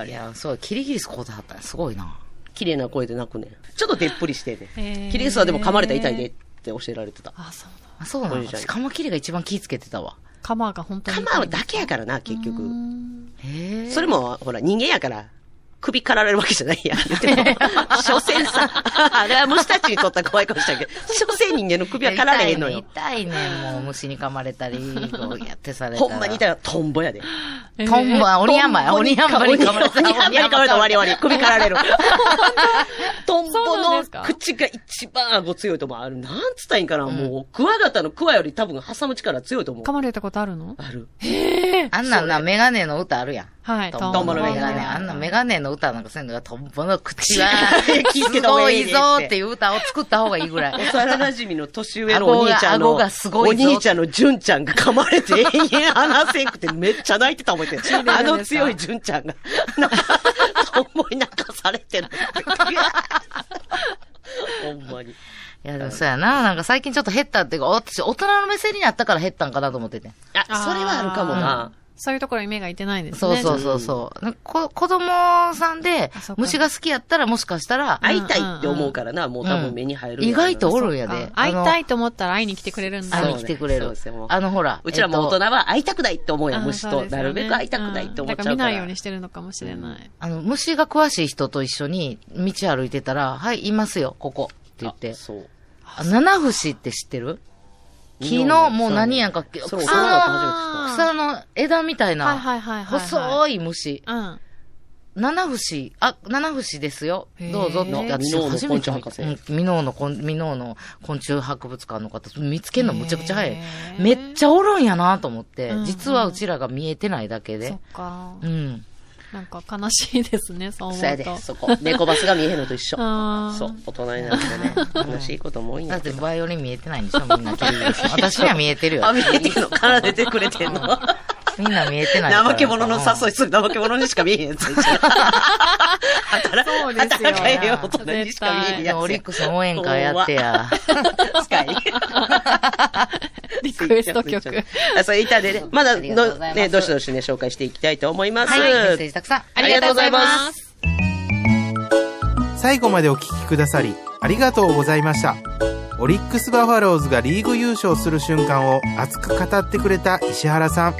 Speaker 3: あ
Speaker 4: い
Speaker 3: れ、
Speaker 4: や、そう、キリギリスこうてはったんやすごいな。
Speaker 3: 綺麗な声で泣くね。ちょっとでっぷりしてね
Speaker 6: へ。ー
Speaker 3: キリギリスはでも噛まれたら痛いでって教えられてた。
Speaker 6: あ、そうだ。
Speaker 4: あ、そうな
Speaker 3: お
Speaker 4: の
Speaker 3: じいちゃん
Speaker 4: 私、カマキリが一番気ぃつけてたわ。
Speaker 6: カマが本当に。
Speaker 3: 噛まれだけやからな、結局。
Speaker 4: へえ。
Speaker 3: それも、ほら、人間やから、首かられるわけじゃないやん。言 っても、所詮 さ、あれは虫たちにとったら怖いかもしれんけど、所詮人間の首はかられへんのよ。
Speaker 4: 痛いね、痛いねもう虫に噛まれ たり、こうやってされた
Speaker 3: ほ
Speaker 4: ら。
Speaker 3: んまに痛い
Speaker 4: い。
Speaker 3: よトンボやで。
Speaker 4: トンボは鬼山や、鬼山に噛まれた
Speaker 3: 鬼山に噛まれたら終わり終わり。首かられる。トンボ
Speaker 6: そうなん
Speaker 3: の
Speaker 6: ですか
Speaker 3: 口が一番顎強いと思う。あれ、なんつったらいいんかな、もう、クワガタのクワより多分挟む力強いと思う
Speaker 6: 噛。まれたことあるの
Speaker 3: ある。
Speaker 4: あんなんな、メガネの歌あるやん。
Speaker 6: はい。
Speaker 4: トン
Speaker 3: ト
Speaker 4: ボ
Speaker 3: ンボ
Speaker 4: の
Speaker 3: の
Speaker 4: メ
Speaker 3: メ
Speaker 4: ガ
Speaker 3: ガ
Speaker 4: ネ。
Speaker 3: ネ
Speaker 4: あんなメガネの歌なんかせんのが、トンボの口 は、
Speaker 3: 聞いて
Speaker 4: す
Speaker 3: た方
Speaker 4: ご
Speaker 3: がい い
Speaker 4: い
Speaker 3: ね
Speaker 4: ぞーっていう歌を作った方がいいぐら
Speaker 3: 幼
Speaker 4: い。
Speaker 3: 馴染の年上のお兄ちゃんの、
Speaker 4: 顎が顎がすごいぞ
Speaker 3: お兄ちゃんの純ちゃんが噛まれて永遠話せんくてめっちゃ泣いて た覚えてる。あの強い純ちゃんが、なんか、トンボに泣かされてる。 ほんまに。
Speaker 4: いや、でもそうやな。なんか最近ちょっと減ったっていうか、私、大人の目線になったから減ったんかなと思ってて。
Speaker 3: あ、それはあるかもな。
Speaker 6: そういうところに目がいてないですね。
Speaker 4: そうそう
Speaker 6: う。
Speaker 4: そうそう。なんかこ子供さんで
Speaker 6: あそっ、か
Speaker 4: 虫が好きやったらもしかしたら、
Speaker 3: 会いたいって思うからな、もう多分目に入る
Speaker 4: 意
Speaker 3: やろうな。
Speaker 4: 外とおるんやで。
Speaker 6: 会いた
Speaker 4: い。
Speaker 6: いと思ったら会いに来てくれるんだ。
Speaker 4: 会いに来てくれ
Speaker 3: そう
Speaker 4: る
Speaker 3: ですよもう。
Speaker 4: あの、ほら。
Speaker 3: うちらも
Speaker 4: えっ
Speaker 3: 大
Speaker 4: と
Speaker 3: 人は会いたくないって思うやん、
Speaker 6: あ
Speaker 3: 虫
Speaker 6: そう
Speaker 3: と。
Speaker 6: です
Speaker 3: な
Speaker 6: よね
Speaker 3: るべく会いたくないって思っちゃうから。
Speaker 6: だから見ないようにしてるのかもしれない。
Speaker 4: あの、虫が詳しい人と一緒に道歩いてたら、はい、いますよ、ここ。って言って
Speaker 3: あ。そう。
Speaker 4: あ七節って知ってる木の、もう何やんか、草
Speaker 3: そうそう、
Speaker 4: の、
Speaker 3: そう
Speaker 6: あー
Speaker 4: 草の枝みたい
Speaker 6: はい
Speaker 4: な、
Speaker 6: はいはいはい。い。
Speaker 4: 細い虫。
Speaker 6: うん。
Speaker 4: 七節、あ、七節ですよ。どうぞって
Speaker 6: へー
Speaker 4: やつ
Speaker 3: 箕面の
Speaker 4: 初めて見
Speaker 3: 昆虫博士
Speaker 4: うん箕面の昆、箕面の昆虫博物館の方、見つけるのむちゃくちゃ早い
Speaker 6: へ。ー
Speaker 4: めっちゃおるんやなと思って
Speaker 6: うんう、ん
Speaker 4: 実はうちらが見えてないだけ
Speaker 6: そ
Speaker 4: で
Speaker 6: っ。か
Speaker 4: う。ん。
Speaker 6: なんか悲しいですね、そう思
Speaker 3: そうや
Speaker 6: う
Speaker 3: で
Speaker 6: と、。
Speaker 3: そこ。猫バスが見えへんのと一緒。
Speaker 6: あー
Speaker 3: そう、大人になるとね、楽しいことも多いん
Speaker 4: だ
Speaker 3: や
Speaker 4: っ
Speaker 3: け
Speaker 4: て
Speaker 3: ど。
Speaker 4: バイオリン見えてないんでしょみん な。私には見えてるよ
Speaker 3: あ、。見えてんのから出てくれて んの
Speaker 4: みんな見えてないから。
Speaker 3: 怠け者の
Speaker 4: うん
Speaker 3: 誘いする怠け者にしか見えへんやつ。
Speaker 6: そうですよ
Speaker 3: 働かへんよ、大人にしか見えへん
Speaker 4: い
Speaker 3: や
Speaker 4: や
Speaker 3: つ。
Speaker 4: オリックスの応援会やってや。
Speaker 3: 使い。
Speaker 6: リクエスト曲。
Speaker 3: あ、そう、い たでね。まだ、
Speaker 4: ありがとうござい
Speaker 3: の
Speaker 4: ます
Speaker 3: ね、どしどしね、紹介していきたいと思います。
Speaker 4: はい、メッセージたくさん。
Speaker 3: ありがとうございます。
Speaker 2: 最後までお聞きくださりありがとうございましたオリックス・バファローズがリーグ優勝する瞬間を熱く語ってくれた石原さん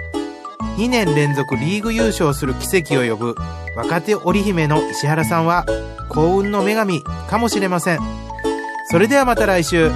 Speaker 2: 2年連続リーグ優勝する奇跡を呼ぶ若手織姫の石原さんは幸運の女神かもしれませんそれではまた来週